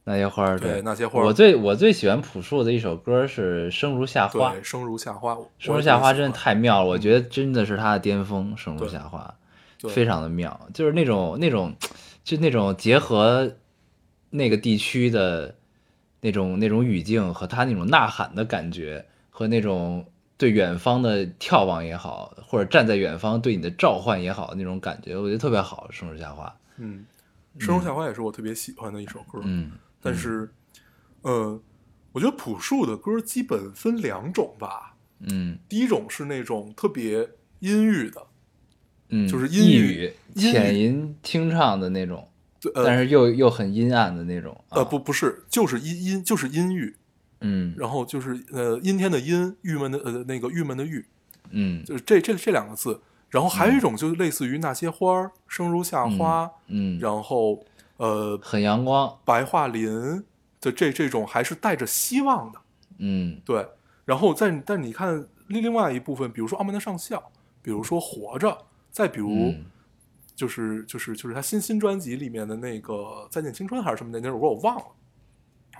S1: 那些花儿，
S2: 对那些花儿
S1: 我最我最喜欢朴树的一首歌是《生如夏花》，
S2: 对，生如夏花，我
S1: 生如夏花真的
S2: 我
S1: 太妙了，我觉得真的是他的巅峰，生如
S2: 嗯对
S1: 夏花
S2: 对
S1: 非常的妙，就是那种那种就那种结合那个地区的那种那种语境和他那种呐喊的感觉和那种。对远方的眺望也好，或者站在远方对你的召唤也好，那种感觉我觉得特别好。生如夏花，
S2: 也喜欢嗯，生如夏花也是我特别喜欢的一首歌，
S1: 嗯嗯
S2: 但是，呃，我觉得朴树的歌基本分两种吧，
S1: 嗯
S2: 第一种是那种特别阴郁的，
S1: 嗯，
S2: 就是阴
S1: 抑
S2: 郁
S1: 郁、
S2: 阴郁
S1: 浅吟清唱的那种，
S2: 对
S1: 但
S2: 呃
S1: 是又又很阴暗的那种。
S2: 呃
S1: 啊
S2: 不，不是，就是阴阴就是阴郁，
S1: 嗯
S2: 然后就是呃阴天的阴，郁闷的呃那个郁闷的郁，
S1: 嗯
S2: 就是这这这两个字。然后还有一种就是类似于那些花儿，生如夏花，
S1: 嗯，
S2: 然后呃
S1: 很阳光，
S2: 白桦林的这这种还是带着希望的，
S1: 嗯
S2: 对。然后再但你看另另外一部分，比如说《傲慢的上校》，比如说《活着》，再比如
S1: 嗯
S2: 就是就是就是他新新专辑里面的那个《再见青春》还是什么的那首歌，我忘了，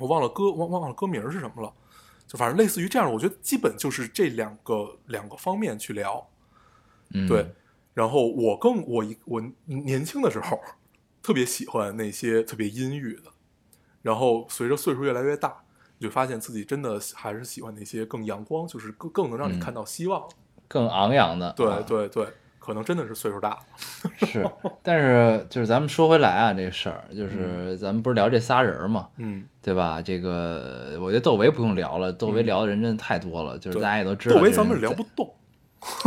S2: 我忘了歌忘忘了歌名是什么了。就反正类似于这样，我觉得基本就是这两个两个方面去聊。
S1: 嗯，
S2: 对，然后我更我一我年轻的时候特别喜欢那些特别阴郁的，然后随着岁数越来越大，你就发现自己真的还是喜欢那些更阳光，就是更更能让你
S1: 嗯
S2: 看到希望。
S1: 更昂扬的。啊
S2: 对对对，可能真的是岁数大了。
S1: 是，但是就是咱们说回来啊，这事儿就是咱们不是聊这仨人儿嘛，
S2: 嗯，
S1: 对吧？这个我觉得窦唯不用聊了，窦唯
S2: 嗯
S1: 聊的人真的太多了，就是
S2: 对
S1: 大家也都知道
S2: 窦
S1: 这人在。
S2: 唯咱们聊不动。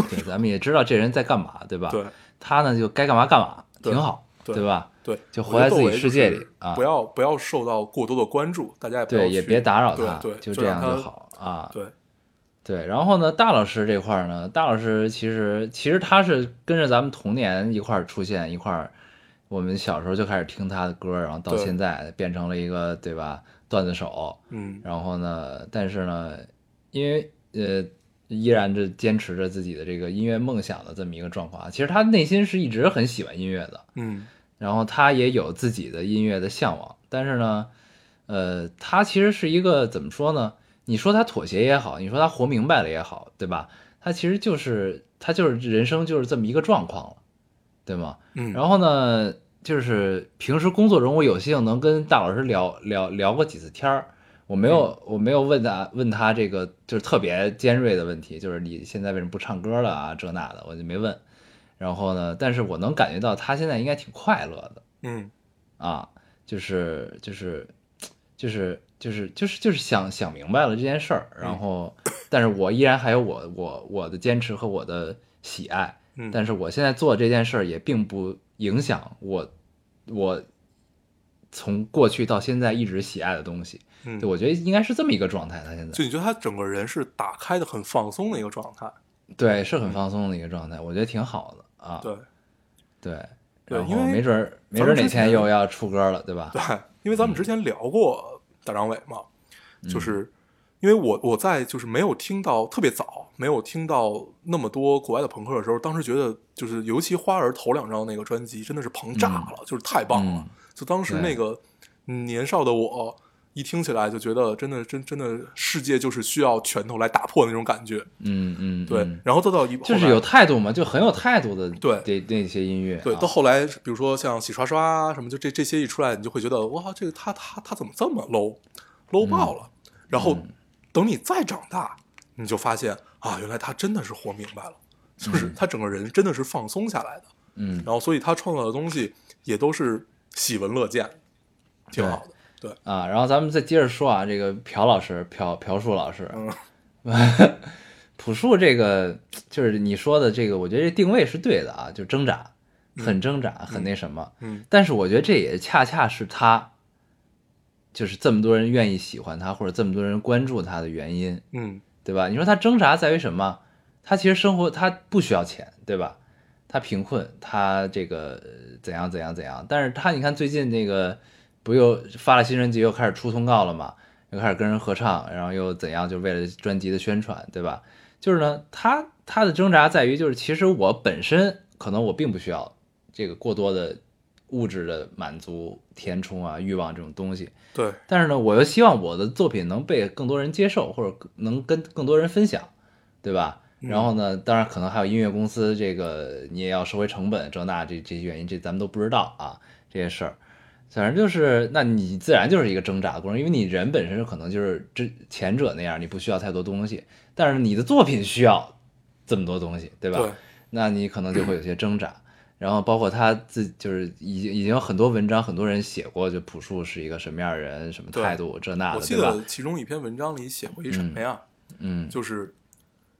S1: 对，咱们也知道这人在干嘛，对吧？
S2: 对
S1: 他呢就该干嘛干嘛，
S2: 对
S1: 挺好，
S2: 对
S1: 吧？
S2: 对，
S1: 就
S2: 我
S1: 活
S2: 觉
S1: 在
S2: 得窦
S1: 自己
S2: 唯就
S1: 世界
S2: 是
S1: 里啊
S2: 不要不要受到过多的关注，大家也不要
S1: 对，也
S2: 去
S1: 别打扰
S2: 对
S1: 他，
S2: 对，
S1: 就
S2: 就
S1: 这样
S2: 让
S1: 就
S2: 他。
S1: 好啊。
S2: 对，
S1: 对，然后呢，大老师这块儿呢，大老师其实其实他是跟着咱们童年一块儿出现，一块儿我们小时候就开始听他的歌，然后到
S2: 对
S1: 现在变成了一个对吧段子手，
S2: 嗯，
S1: 然后呢，但是呢，因为呃依然是坚持着自己的这个音乐梦想的这么一个状况啊，其实他内心是一直很喜欢音乐的，
S2: 嗯，
S1: 然后他也有自己的音乐的向往，但是呢，呃，他其实是一个怎么说呢？你说他妥协也好，你说他活明白了也好，对吧？他其实就是他就是人生就是这么一个状况了，对吗？
S2: 嗯，
S1: 然后呢，就是平时工作中我有幸能跟大老师聊聊聊过几次天儿，我没有我没有问他问他这个就是特别尖锐的问题，就是你现在为什么不唱歌了啊这那的，我就没问。然后呢，但是我能感觉到他现在应该挺快乐的
S2: 嗯
S1: 啊，就是就是就是就是就是就是想想明白了这件事儿，然后，但是我依然还有我我我的坚持和我的喜爱，
S2: 嗯，
S1: 但是我现在做这件事儿也并不影响我我从过去到现在一直喜爱的东西，
S2: 嗯
S1: 对，我觉得应该是这么一个状态。他现在
S2: 就你觉得他整个人是打开的、很放松的一个状态。
S1: 对是很放松的一个状态，我觉得挺好的啊。
S2: 对
S1: 对，
S2: 对
S1: 然
S2: 因
S1: 后
S2: 为
S1: 没准儿没
S2: 咱
S1: 准儿
S2: 们
S1: 哪
S2: 之
S1: 天
S2: 前
S1: 又要出歌了，对吧？
S2: 对，因为咱
S1: 嗯
S2: 们之前聊过大张伟嘛，就是因为我我在就是没有听到特别早，没有听到那么多国外的朋克的时候，当时觉得就是尤其花儿头两张那个专辑真的是膨炸了，就是太棒了。
S1: 嗯
S2: 就当时
S1: 对
S2: 那个年少的我。一听起来就觉得真的真真的世界就是需要拳头来打破那种感觉，
S1: 嗯嗯，
S2: 对。
S1: 嗯
S2: 然后再到一
S1: 就是
S2: 后来
S1: 有态度嘛，就很有态度的，
S2: 对
S1: 这那些音乐啊，
S2: 对，到后来，比如说像洗刷刷啊什么，就这这些一出来，你就会觉得哇，这个他他他怎么这么 low
S1: 嗯
S2: low 爆了？然后等你再长大，你就发现啊，原来他真的是活明白了，就是他整个人真的是放松下来的。
S1: 嗯，
S2: 然后，所以他创造的东西也都是喜闻乐见，挺好的。对，
S1: 啊，然后咱们再接着说啊，这个朴老师，朴朴树老师，
S2: 嗯
S1: 朴树这个就是你说的这个，我觉得这定位是对的啊，就挣扎，很挣扎，很那什么，
S2: 嗯
S1: 但是我觉得这也恰恰是他，就是这么多人愿意喜欢他，或者这么多人关注他的原因，
S2: 嗯
S1: 对吧？你说他挣扎在于什么？他其实生活他不需要钱，对吧？他贫困，他这个呃怎样怎样怎样。但是他你看最近那个不又发了新专辑，又开始出通告了嘛，又开始跟人合唱，然后又怎样，就为了专辑的宣传，对吧？就是呢，他他的挣扎在于就是其实我本身可能我并不需要这个过多的物质的满足、填充啊、欲望这种东西，
S2: 对，
S1: 但是呢，我又希望我的作品能被更多人接受，或者更能跟更多人分享，对吧？然后呢，当然可能还有音乐公司这个你也要收回成本，这那这这些原因，这咱们都不知道啊，这些事儿。反正就是，那你自然就是一个挣扎的过程，因为你人本身可能就是之前者那样，你不需要太多东西，但是你的作品需要这么多东西，对吧？
S2: 对
S1: 那你可能就会有些挣扎。然后包括他自就是已经已经有很多文章，很多人写过，就朴树是一个什么样的人，什么
S2: 对
S1: 态度，这那
S2: 我
S1: 的，
S2: 记
S1: 对吧？
S2: 得其中一篇文章里写过一什么呀？
S1: 嗯
S2: 就是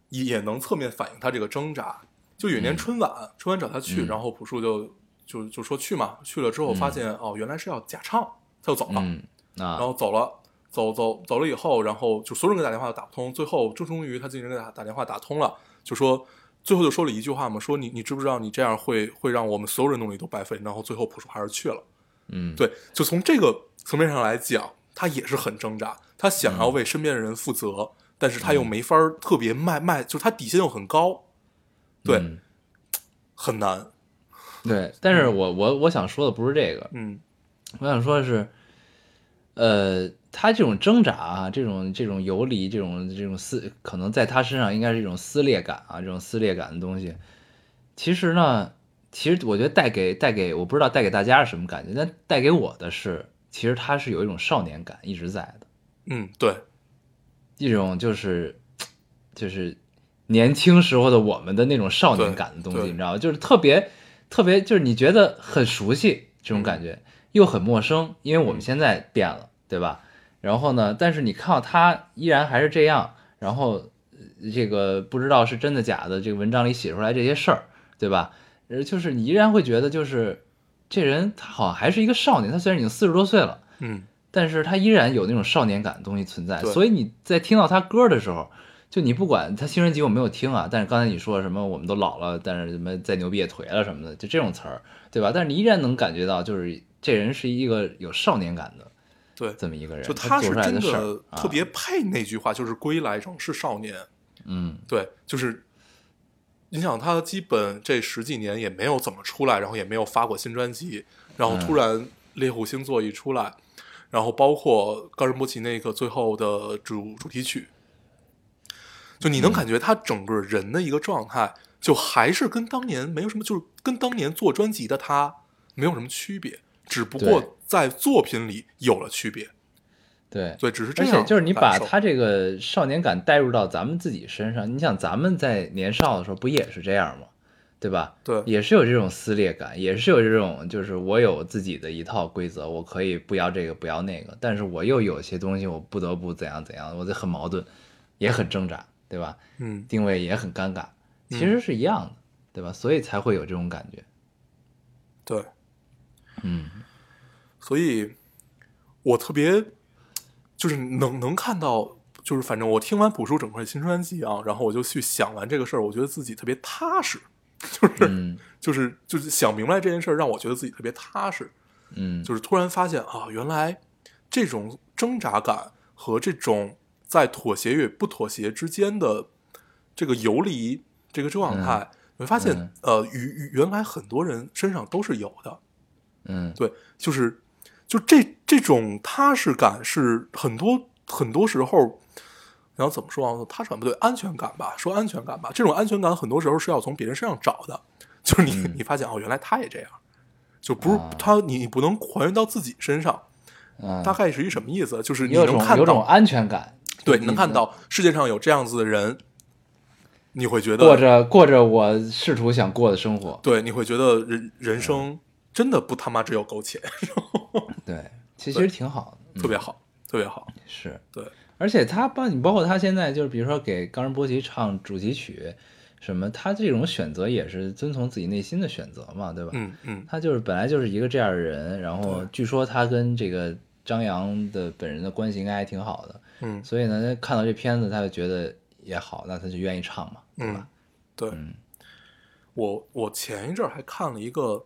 S2: 也也能侧面反映他这个挣扎。就有一年春晚，春晚找他去，
S1: 嗯
S2: 然后朴树就就就说去嘛，去了之后发现、哦，原来是要假唱，他就走了，
S1: 嗯
S2: 然
S1: 啊，
S2: 后走了。走走走了以后，然后就所有人给他打电话都打不通，最后终终于他经纪人给他打电话打通了，就说最后就说了一句话嘛，说你你知不知道你这样会 会让我们所有人努力都白费，然后最后朴树还是去了。
S1: 嗯，
S2: 对，就从这个层面上来讲，他也是很挣扎，他想要为身边的人负责，但是他
S1: 嗯
S2: 又没法儿特别卖卖，就是他底线又很高，对，
S1: 嗯
S2: 很难。
S1: 对。但是我我我想说的不是这个，
S2: 嗯
S1: 我想说的是，呃，他这种挣扎啊，这种这种游离，这种这种撕，可能在他身上应该是一种撕裂感啊，这种撕裂感的东西，其实呢，其实我觉得带给带给我不知道带给大家是什么感觉，但带给我的是，其实他是有一种少年感一直在的，
S2: 嗯，对，
S1: 一种就是就是年轻时候的我们的那种少年感的东
S2: 对
S1: 西，
S2: 对
S1: 你知道吗？就是特别特别，就是你觉得很熟悉这种
S2: 嗯
S1: 感觉，又很陌生，因为我们现在变了，对吧？然后呢，但是你看到他依然还是这样，然后呃这个不知道是真的假的，这个文章里写出来这些事儿，对吧？呃，就是你依然会觉得就是。这人他好像还是一个少年，他虽然已经四十多岁了，
S2: 嗯
S1: 但是他依然有那种少年感的东西存在。
S2: 对
S1: 所以你在听到他歌的时候，就你不管他新专辑我没有听啊，但是刚才你说什么我们都老了，但是什么再牛逼也颓了什么的，就这种词儿，对吧？但是你依然能感觉到，就是这人是一个有少年感的
S2: 对，嗯
S1: 这么一个人，
S2: 就
S1: 他
S2: 是
S1: 做出来
S2: 真
S1: 事
S2: 的
S1: 儿啊
S2: 特别配那句话，就是“归来仍是少年”
S1: 嗯
S2: 对，就是你想他基本这十几年也没有怎么出来，然后也没有发过新专辑，然后突
S1: 嗯
S2: 然《猎户星座》一出来，然后包括冈仁波齐那个最后的主主题曲，就
S1: 嗯
S2: 你能感觉他整个人的一个状态，就还是跟当年没有什么，就是跟当年做专辑的他没有什么区别，只不
S1: 对
S2: 过在作品里有了区别。
S1: 对。
S2: 对，只是这
S1: 而
S2: 样感
S1: 且
S2: 受。
S1: 就是你把他这个少年感带入到咱们自己身上，你想咱们在年少的时候不也是这样吗？对吧？
S2: 对
S1: 也是有这种撕裂感，也是有这种，就是我有自己的一套规则，我可以不要这个，不要那个，但是我又有些东西我不得不怎样怎样，我就很矛盾，也很挣扎，对吧？
S2: 嗯，
S1: 定位也很尴尬，
S2: 嗯
S1: 其实是一样的，对吧？所以才会有这种 感觉。
S2: 对，
S1: 嗯
S2: 所以我特别就是能能看到，就是反正我听完朴树整块新专辑啊，然后我就去想完这个事儿，我觉得自己特别踏实，
S1: 嗯
S2: 就是就是想明白这件事儿，让我觉得自己特别踏实，
S1: 嗯，
S2: 就是突然发现啊，原来这种挣扎感和这种在妥协与不妥协之间的这个游离这个状态，你会发现、
S1: 嗯
S2: 呃，与与原来很多人身上都是有的，
S1: 嗯
S2: 对，就是就这这种踏实感是很多很多时候，然后怎么说啊？踏实感不对，安全感吧，说安全感吧。这种安全感很多时候是要从别人身上找的，就是你、
S1: 嗯
S2: 你发现哦，原来他也这样，就不是、
S1: 啊
S2: 他你你不能还原到自己身上。
S1: 嗯，
S2: 大概是一什么意思？就是你
S1: 有
S2: 能
S1: 种
S2: 看
S1: 有种嗯
S2: 到，
S1: 安全感，
S2: 对，
S1: 就
S2: 你
S1: 是
S2: 能看到世界上有这样子的人，你会觉
S1: 过
S2: 得，
S1: 着过着我试图想过的生活。
S2: 对，你会觉得人人
S1: 嗯
S2: 生真的不他妈只有苟且，
S1: 对，其实其实挺好的，嗯
S2: 特别好，特别好，
S1: 是。
S2: 对，
S1: 而且他帮你，包括他现在就是，比如说给冈仁波齐唱主题曲，什么，他这种选择也是遵从自己内心的选择嘛，对吧？
S2: 嗯嗯，
S1: 他就是本来就是一个这样的人，然后
S2: 对
S1: 据说他跟这个张扬的本人的关系应该还挺好的，
S2: 嗯，
S1: 所以呢，看到这片子他就觉得也好，那他就愿意唱嘛，对吧？
S2: 嗯
S1: 嗯
S2: 对，我我前一阵儿还看了一个，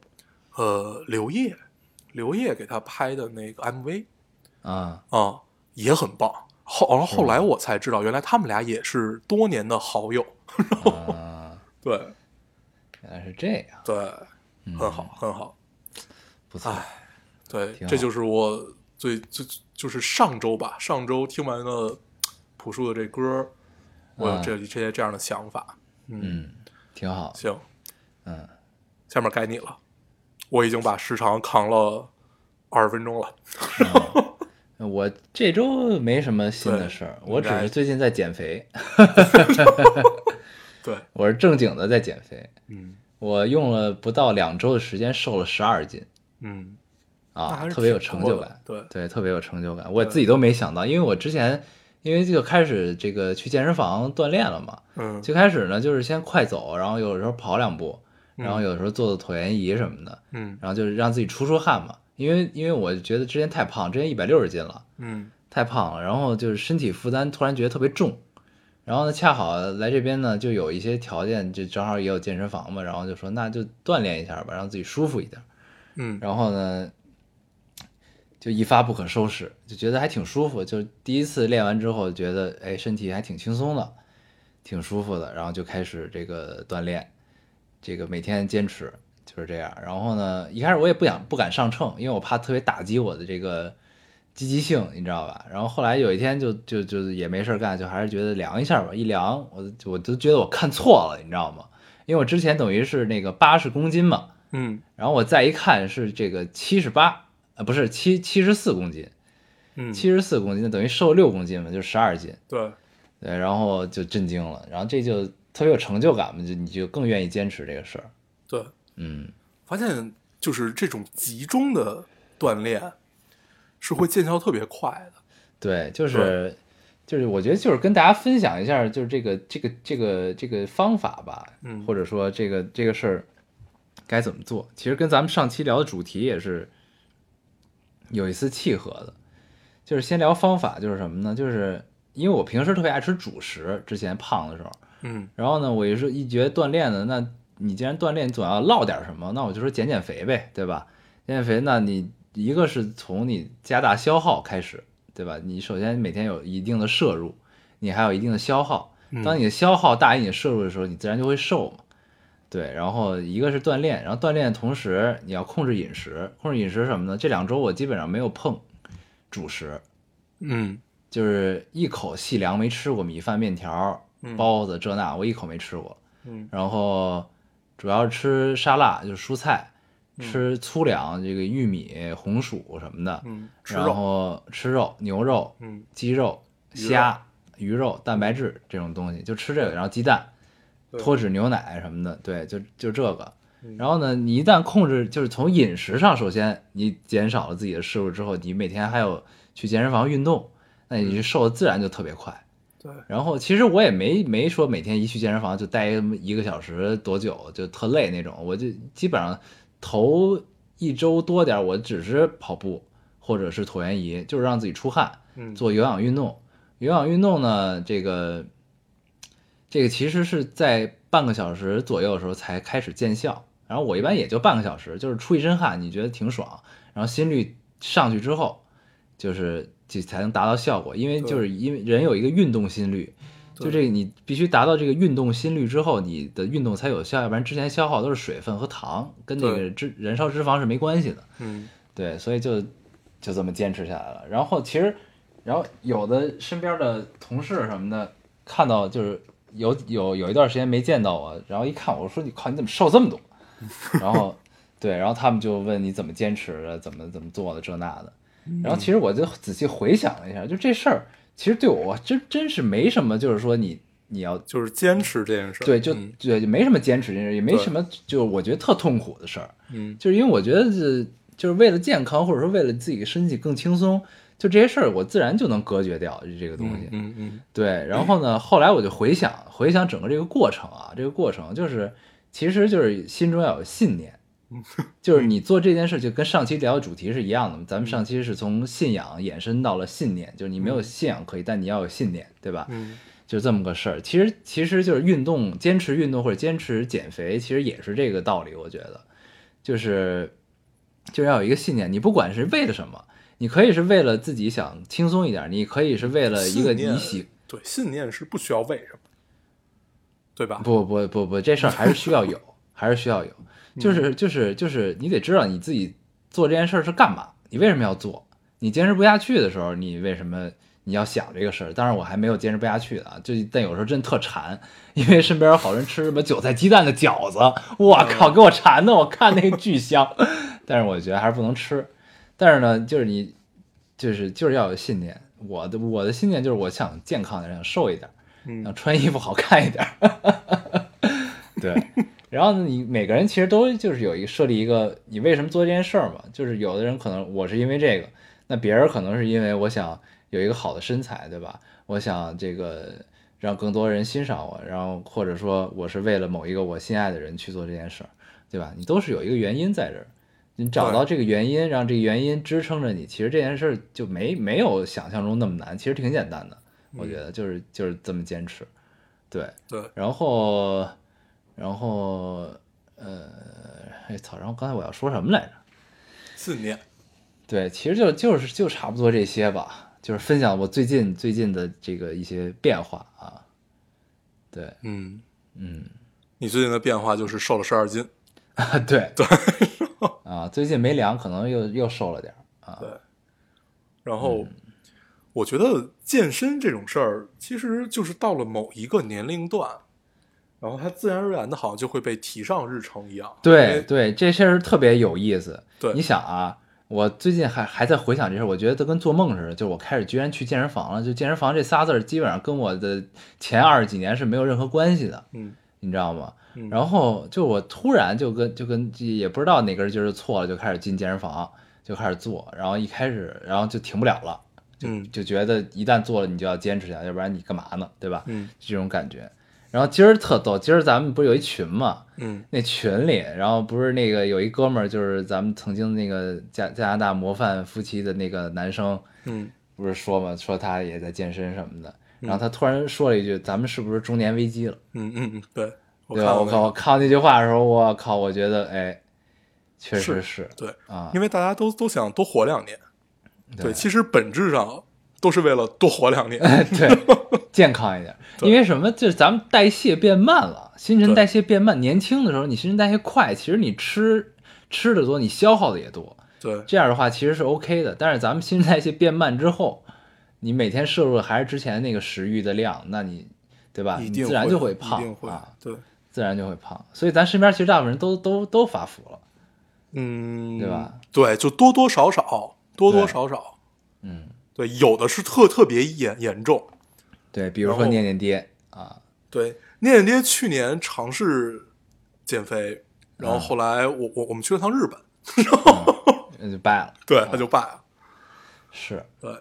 S2: 呃，刘烨，刘烨给他拍的那个 MV
S1: 啊，
S2: 啊、也很棒。后然后后
S1: 嗯
S2: 来我才知道，原来他们俩也是多年的好友。
S1: 啊，
S2: 对
S1: 原来是这样，
S2: 对，
S1: 嗯
S2: 很好很好。
S1: 不错，
S2: 对
S1: 挺，好
S2: 这就是我最最就是上周吧，上周听完了朴树的这歌儿，我有
S1: 啊
S2: 这这些这样的想法。嗯，
S1: 嗯，挺好，
S2: 行，
S1: 嗯，
S2: 下面该你了，我已经把时长扛了二十分钟了。
S1: 我这周没什么新的
S2: 对
S1: 事儿，
S2: 应
S1: 我只
S2: 该
S1: 是最近在减肥，
S2: 对，
S1: 我是正经的在减肥，
S2: 嗯
S1: 我用了不到两周的时间，瘦了十二斤
S2: 嗯，那还
S1: 啊，
S2: 是
S1: 特别有
S2: 挺
S1: 成
S2: 多
S1: 就
S2: 的
S1: 感。
S2: 对，
S1: 对，特别有成就感。我自己都没想到，因为我之前因为就开始这个去健身房锻炼了嘛，
S2: 嗯，
S1: 最开始呢就是先快走，然后有时候跑两步，然后
S2: 嗯
S1: 有时候做做椭圆仪什么的，
S2: 嗯
S1: 然后就是让自己出出汗嘛。因为因为我觉得之前太胖，之前一百六十斤了，
S2: 嗯
S1: 太胖了，然后就是身体负担突然觉得特别重。然后呢，恰好来这边呢，就有一些条件，就正好也有健身房嘛，然后就说那就锻炼一下吧，让自己舒服一点。
S2: 嗯
S1: 然后呢，就一发不可收拾，就觉得还挺舒服。就第一次练完之后，觉得哎身体还挺轻松的，挺舒服的，然后就开始这个锻炼，这个每天坚持就是这样。然后呢，一开始我也不想不敢上秤，因为我怕特别打击我的这个积极性，你知道吧？然后后来有一天就就就也没事儿干，就还是觉得量一下吧，一量我就我都觉得我看错了，你知道吗？因为我之前等于是那个八十公斤嘛，
S2: 嗯
S1: 然后我再一看是这个七十八，呃，不是七七十四公斤，
S2: 嗯，
S1: 七十四公斤，那等于瘦六公斤嘛，就十二斤。
S2: 对，
S1: 对，然后就震惊了，然后这就特别有成就感嘛，就你就更愿意坚持这个事儿。
S2: 对，
S1: 嗯，
S2: 发现就是这种集中的锻炼是会见效特别快的。
S1: 对，就是就是，我觉得就是跟大家分享一下，就是这个这个这个这个方法吧，
S2: 嗯
S1: 或者说这个这个事儿该怎么做，其实跟咱们上期聊的主题也是有一丝契合的。就是先聊方法，就是什么呢？就是因为我平时特别爱吃主食，之前胖的时候，
S2: 嗯
S1: 然后呢，我也是一觉得锻炼呢，那你既然锻炼，总要落点什么，那我就说减减肥呗，对吧？减减肥，那你一个是从你加大消耗开始，对吧？你首先每天有一定的摄入，你还有一定的消耗。
S2: 嗯
S1: 当你的消耗大于你的摄入的时候，你自然就会瘦嘛。对，然后一个是锻炼，然后锻炼的同时你要控制饮食，控制饮食是什么呢？这两周我基本上没有碰主食，
S2: 嗯
S1: 就是一口细粮没吃过米饭、面条、
S2: 嗯
S1: 包子这那，我一口没吃过。
S2: 嗯
S1: 然后主要吃沙拉，就是蔬菜，
S2: 嗯
S1: 吃粗粮，这个玉米、红薯什么的，
S2: 嗯，吃
S1: 然
S2: 肉，
S1: 后吃肉，牛肉、
S2: 嗯
S1: 鸡肉、
S2: 鱼肉
S1: 虾、鱼肉、蛋白质这种东西，就吃这个，然后鸡蛋、
S2: 对
S1: 脱脂牛奶什么的，对，就就这个
S2: 嗯。
S1: 然后呢，你一旦控制，就是从饮食上，首先你减少了自己的摄入之后，你每天还有去健身房运动，那你瘦的自然就特别快。
S2: 嗯对，
S1: 然后其实我也没没说每天一去健身房就待一个小时多久就特累那种，我就基本上头一周多点儿，我只是跑步或者是椭圆仪，就是让自己出汗，
S2: 嗯
S1: 做有氧运动。有氧运动呢，这个这个其实是在半个小时左右的时候才开始见效。然后我一般也就半个小时，就是出一身汗，你觉得挺爽，然后心率上去之后，就是就才能达到效果。因为
S2: 对
S1: 就是因为人有一个运动心率，就
S2: 对
S1: 这个你必须达到这个运动心率之后，你的运动才有效，要不然之前消耗都是水分和糖，跟那
S2: 对
S1: 个脂燃烧脂肪是没关系的。
S2: 嗯
S1: 对，所以就就这么坚持下来了。然后其实，然后有的身边的同事什么的，看到就是有有有一段时间没见到我，然后一看我说你靠你怎么瘦这么多？ 然后对，然后他们就问你怎么坚持的，怎么怎么做的这那的。
S2: 嗯
S1: 然后其实我就仔细回想了一下，就这事儿其实对我真真是没什么，就是说你你要
S2: 就是坚持这件事儿。
S1: 对就
S2: 嗯
S1: 对就没什么坚持这事儿，也没
S2: 对
S1: 什么就我觉得特痛苦的事儿。
S2: 嗯
S1: 就是因为我觉得这就是为了健康，或者说为了自己身体更轻松，就这些事儿，我自然就能隔绝掉这个东西。
S2: 嗯嗯嗯
S1: 对，然后呢，后来我就回想回想整个这个过程啊，这个过程就是，其实就是心中要有信念，
S2: 嗯
S1: 就是你做这件事就跟上期聊的主题是一样的。咱
S2: 嗯
S1: 们上期是从信仰延伸到了信念，就是你没有信仰可以，但你要有信念，对吧？
S2: 嗯
S1: 就这么个事儿。其实其实就是运动，坚持运动或者坚持减肥，其实也是这个道理。我觉得，就是就是要有一个信念，你不管是为了什么，你可以是为了自己想轻松一点，你可以是为了呃一个
S2: 信念
S1: 你喜。
S2: 对，信念是不需要为什么，对吧？
S1: 不不不不，这事儿还是需要有，还是需要有。就是就是就是，你得知道你自己做这件事儿是干嘛，你为什么要做？你坚持不下去的时候，你为什么你要想这个事儿？当然，我还没有坚持不下去的啊，就但有时候真特馋，因为身边有好人吃什么韭菜鸡蛋的饺子，我靠，给我馋的，我看那个巨香， 但是我觉得还是不能吃。但是呢，就是你就是就是要有信念。我的我的信念就是我想啊呃健康一点，想瘦一点，
S2: 嗯
S1: 想穿衣服好看一点。对，然后呢你每个人其实都就是有一个设立一个你为什么做这件事儿嘛，就是有的人可能我是因为这个，那别人可能是因为我想有一个好的身材，对吧？我想这个让更多人欣赏我，然后或者说我是为了某一个我心爱的人去做这件事儿，对吧？你都是有一个原因在这儿，你找
S2: 对
S1: 到这个原因，让这个原因支撑着你，其实这件事儿就没没有想象中那么难，其实挺简单的，我觉得就是就是这么坚持，对。
S2: 嗯对，
S1: 然后，然后，呃，哎操！然后刚才我要说什么来着？
S2: 信念，
S1: 对，其实就就是就差不多这些吧，就是分享我最近最近的这个一些变化啊。对，
S2: 嗯，
S1: 嗯，
S2: 你最近的变化就是瘦了十二斤，
S1: 啊，对对， 啊，最近没量，可能又又瘦了点儿啊。
S2: 然后
S1: 嗯
S2: 我觉得健身这种事儿，其实就是到了某一个年龄段，然后它自然而然的好像就会被提上日程一样。因
S1: 对
S2: 为
S1: 对，这事儿特别有意思。
S2: 对
S1: 你想啊，我最近还还在回想这事儿，我觉得都跟做梦似的。就是我开始居然去健身房了，就健身房这仨字儿，基本上跟我的前二十几年是没有任何关系的，
S2: 嗯
S1: 你知道吗？
S2: 嗯，
S1: 然后就我突然就跟就跟也不知道哪根筋儿错了，就开始进健身房，就开始做，然后一开始然后就停不了了，
S2: 嗯
S1: 就觉得一旦做了你就要坚持下来，要不然你干嘛呢？对吧？
S2: 嗯
S1: 这种感觉。然后今儿特逗，今儿咱们不是有一群嘛，
S2: 嗯
S1: 那群里，然后不是那个有一哥们儿，就是咱们曾经那个加加拿大模范夫妻的那个男生，
S2: 嗯
S1: 不是说嘛，说他也在健身什么的，然后他突然说了一句：“咱们是不是中年危机了？”
S2: 嗯嗯嗯，对，我
S1: 对
S2: 看
S1: 吧？
S2: 到
S1: 我
S2: 那
S1: 靠！
S2: 个
S1: 我看到那句话的时候，我靠！我觉得，哎，确实
S2: 是
S1: 是
S2: 对，
S1: 啊，
S2: 因为大家都都想多活两年，
S1: 对
S2: 对，其实本质上都是为了多活 两年。
S1: 对，健康一点。因为什么？就是咱们代谢变慢了，新陈代谢变慢。年轻的时候，你新陈代谢快，其实你吃吃的多，你消耗的也多。
S2: 对，
S1: 这样的话其实是 OK 的。但是咱们新陈代谢变慢之后，你每天摄入的还是之前那个食欲的量，那你对吧？
S2: 一
S1: 你
S2: 定
S1: 自然就
S2: 会
S1: 胖
S2: 一定会
S1: 啊，，
S2: 对，
S1: 自然就会胖。所以咱身边其实大部分人都都都发福了。
S2: 嗯，
S1: 对吧？
S2: 对，就多多少少，多
S1: 对
S2: 多少少，
S1: 嗯，
S2: 对，有的是特特别严严重，
S1: 对，比如
S2: 然
S1: 说
S2: 后
S1: 念念爹啊，
S2: 对，念念爹去年尝试减肥，然后
S1: 嗯
S2: 后来我我我们去了趟日本，
S1: 那就败了。
S2: 对，他就败了。
S1: 是，
S2: 对，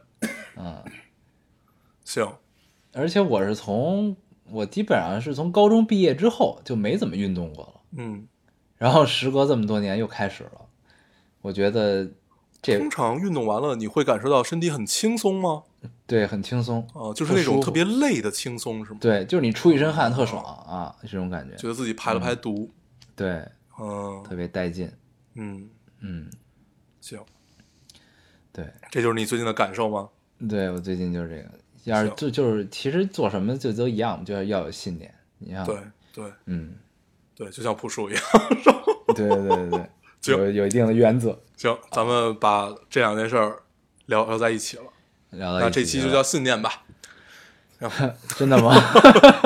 S1: 嗯，
S2: 行，
S1: 而且我是从我基本上是从高中毕业之后就没怎么运动过了，
S2: 嗯，
S1: 然后时隔这么多年又开始了，我觉得这
S2: 通常运动完了，你会感受到身体很轻松吗？
S1: 对很轻松
S2: 啊、就是那
S1: 舒
S2: 种
S1: 服
S2: 特别累的轻松，是吗？
S1: 对，就是你出一身汗特爽啊，这种感
S2: 觉
S1: 觉，
S2: 得自己排了排毒，
S1: 嗯对，
S2: 嗯
S1: 特别带劲，
S2: 嗯，
S1: 嗯，
S2: 行，
S1: 对
S2: 这就是你最近的感受吗？
S1: 对，我最近就是这个，要是
S2: 行
S1: 就就是其实做什么就都一样，就是要有信念，你看，
S2: 对对
S1: 嗯，
S2: 对，就像朴树一样。
S1: 对对对对对，
S2: 行
S1: 有有一定的原则，
S2: 行，咱们把这两件事儿聊聊在一起了，
S1: 聊到
S2: 那
S1: 一
S2: 这
S1: 起
S2: 期
S1: 去
S2: 就
S1: 了
S2: 叫信念吧，
S1: 真的吗？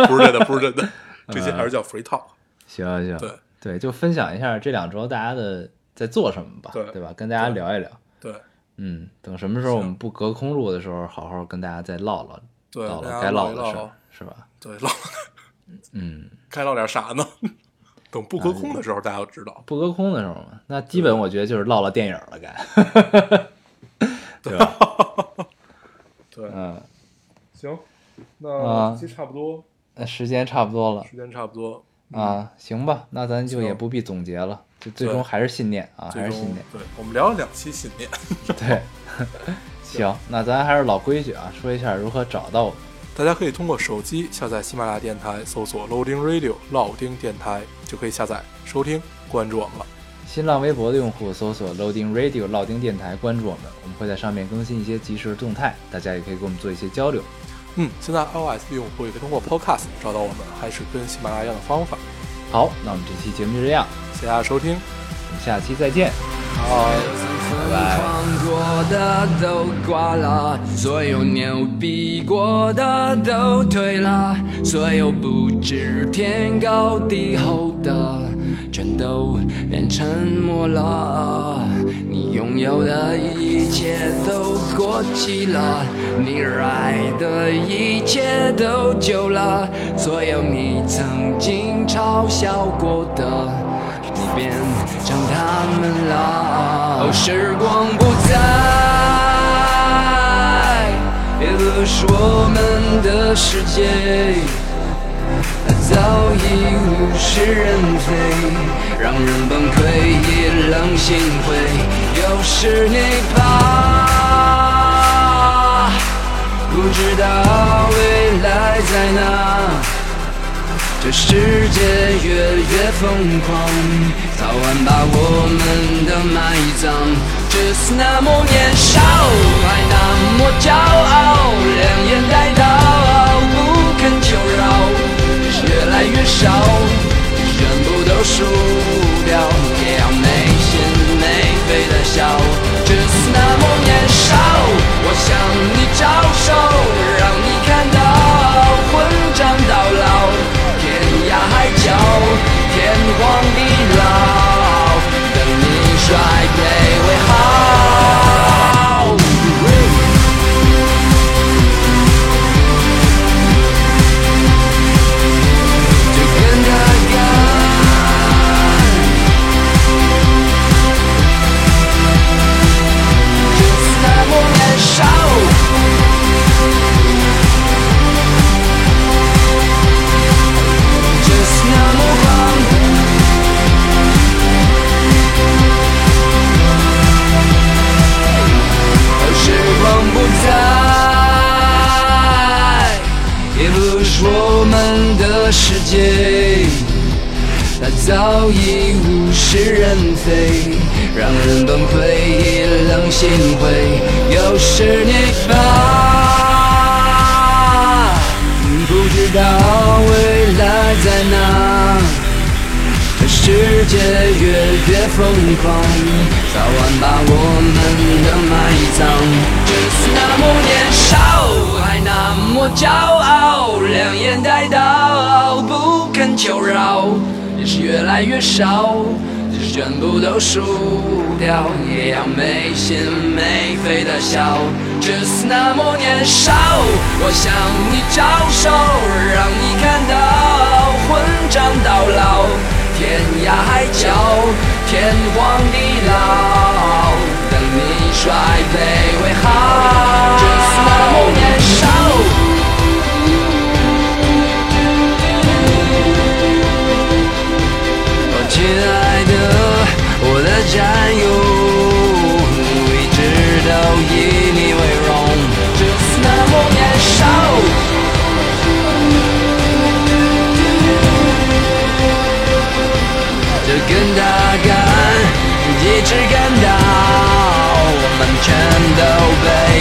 S2: 不是真的，不是真的，这期还是叫 free talk。
S1: 行啊行，
S2: 对
S1: 对，就分享一下这两周大家的在做什么吧，
S2: 对
S1: 吧？跟大家
S2: 对
S1: 聊一聊，
S2: 对
S1: 嗯，等什么时候
S2: 行
S1: 我们不隔空录的时候，好好跟大家再唠唠，
S2: 对，
S1: 唠
S2: 大
S1: 唠
S2: 家
S1: 该唠
S2: 唠一
S1: 的事
S2: 唠
S1: 儿，，是吧？
S2: 对唠
S1: 嗯，
S2: 该唠点啥呢？ 等不隔空的时候，大家要知道。
S1: 不隔空的时候嘛，那基本我觉得就是唠唠电影了，该，对吧？
S2: 对，
S1: 嗯，
S2: 行，
S1: 啊
S2: 那这期差不多，
S1: 那时间差不多了
S2: 时间差不多，
S1: 啊，行吧，那咱就
S2: 嗯行
S1: 也不必总结了，就最
S2: 对
S1: 终还是信念啊，还
S2: 最
S1: 是信
S2: 终
S1: 念，
S2: 对我们聊了两期信念，
S1: 对。行，那咱还是老规矩啊，说一下如何找到我们。
S2: 大家可以通过手机下载喜马拉雅电台，搜索 Loading Radio 老丁电台，就可以下载收听，关注我们了。
S1: 新浪微博的用户搜索 Loading Radio 老丁电台，关注我们，我们会在上面更新一些即时的动态，大家也可以跟我们做一些交流。
S2: 嗯，现在 iOS 的用户也可以通过 Podcast 找到我们，还是跟喜马拉雅一样的方法。
S1: 好，那我们这期节目就这样，
S2: 谢谢大家收听，
S1: 我们下期再见。
S3: 疯狂过的都挂了，所有牛逼过的都退了，所有不知天高地厚的全都变沉默了。你拥有的一切都过期了，你热爱的一切都旧了，所有你曾经嘲笑过的，你变成他们了。哦，时光不再，也不是我们的世界。早已物是人非，让人崩溃，意冷心灰。又是你吧，不知道未来在哪。这世界越越疯狂，早晚把我们的埋葬。只是那么年少，还那么骄傲，两眼带刀，不肯求饶。越来越少，全部都输掉，也要没心没肺的笑。只是那么年少，我向你招手，让你看到混账到老，天涯海角，天荒地老，等你衰退为好。就跟着干。就是那么年少，就是那么狂，时光不再，也不是我们的世界。它早已物是人非，让人崩溃，意冷心灰。又是你吧，不知道未来在哪。这世界越越疯狂，早晚把我们的埋葬。只是那么年少，还那么骄傲，两眼带刀，不肯求饶，也是越来越少，只是全部都输掉，也要没心没肺的笑。只是那么年少，我向你招手，让你看到混账到老。天涯海角，天荒地老，等你衰退为好。这是那么年少，哦，亲爱的，我的战友，一直都以你为荣。这是那么年少。这更大感，一直感到我们全都被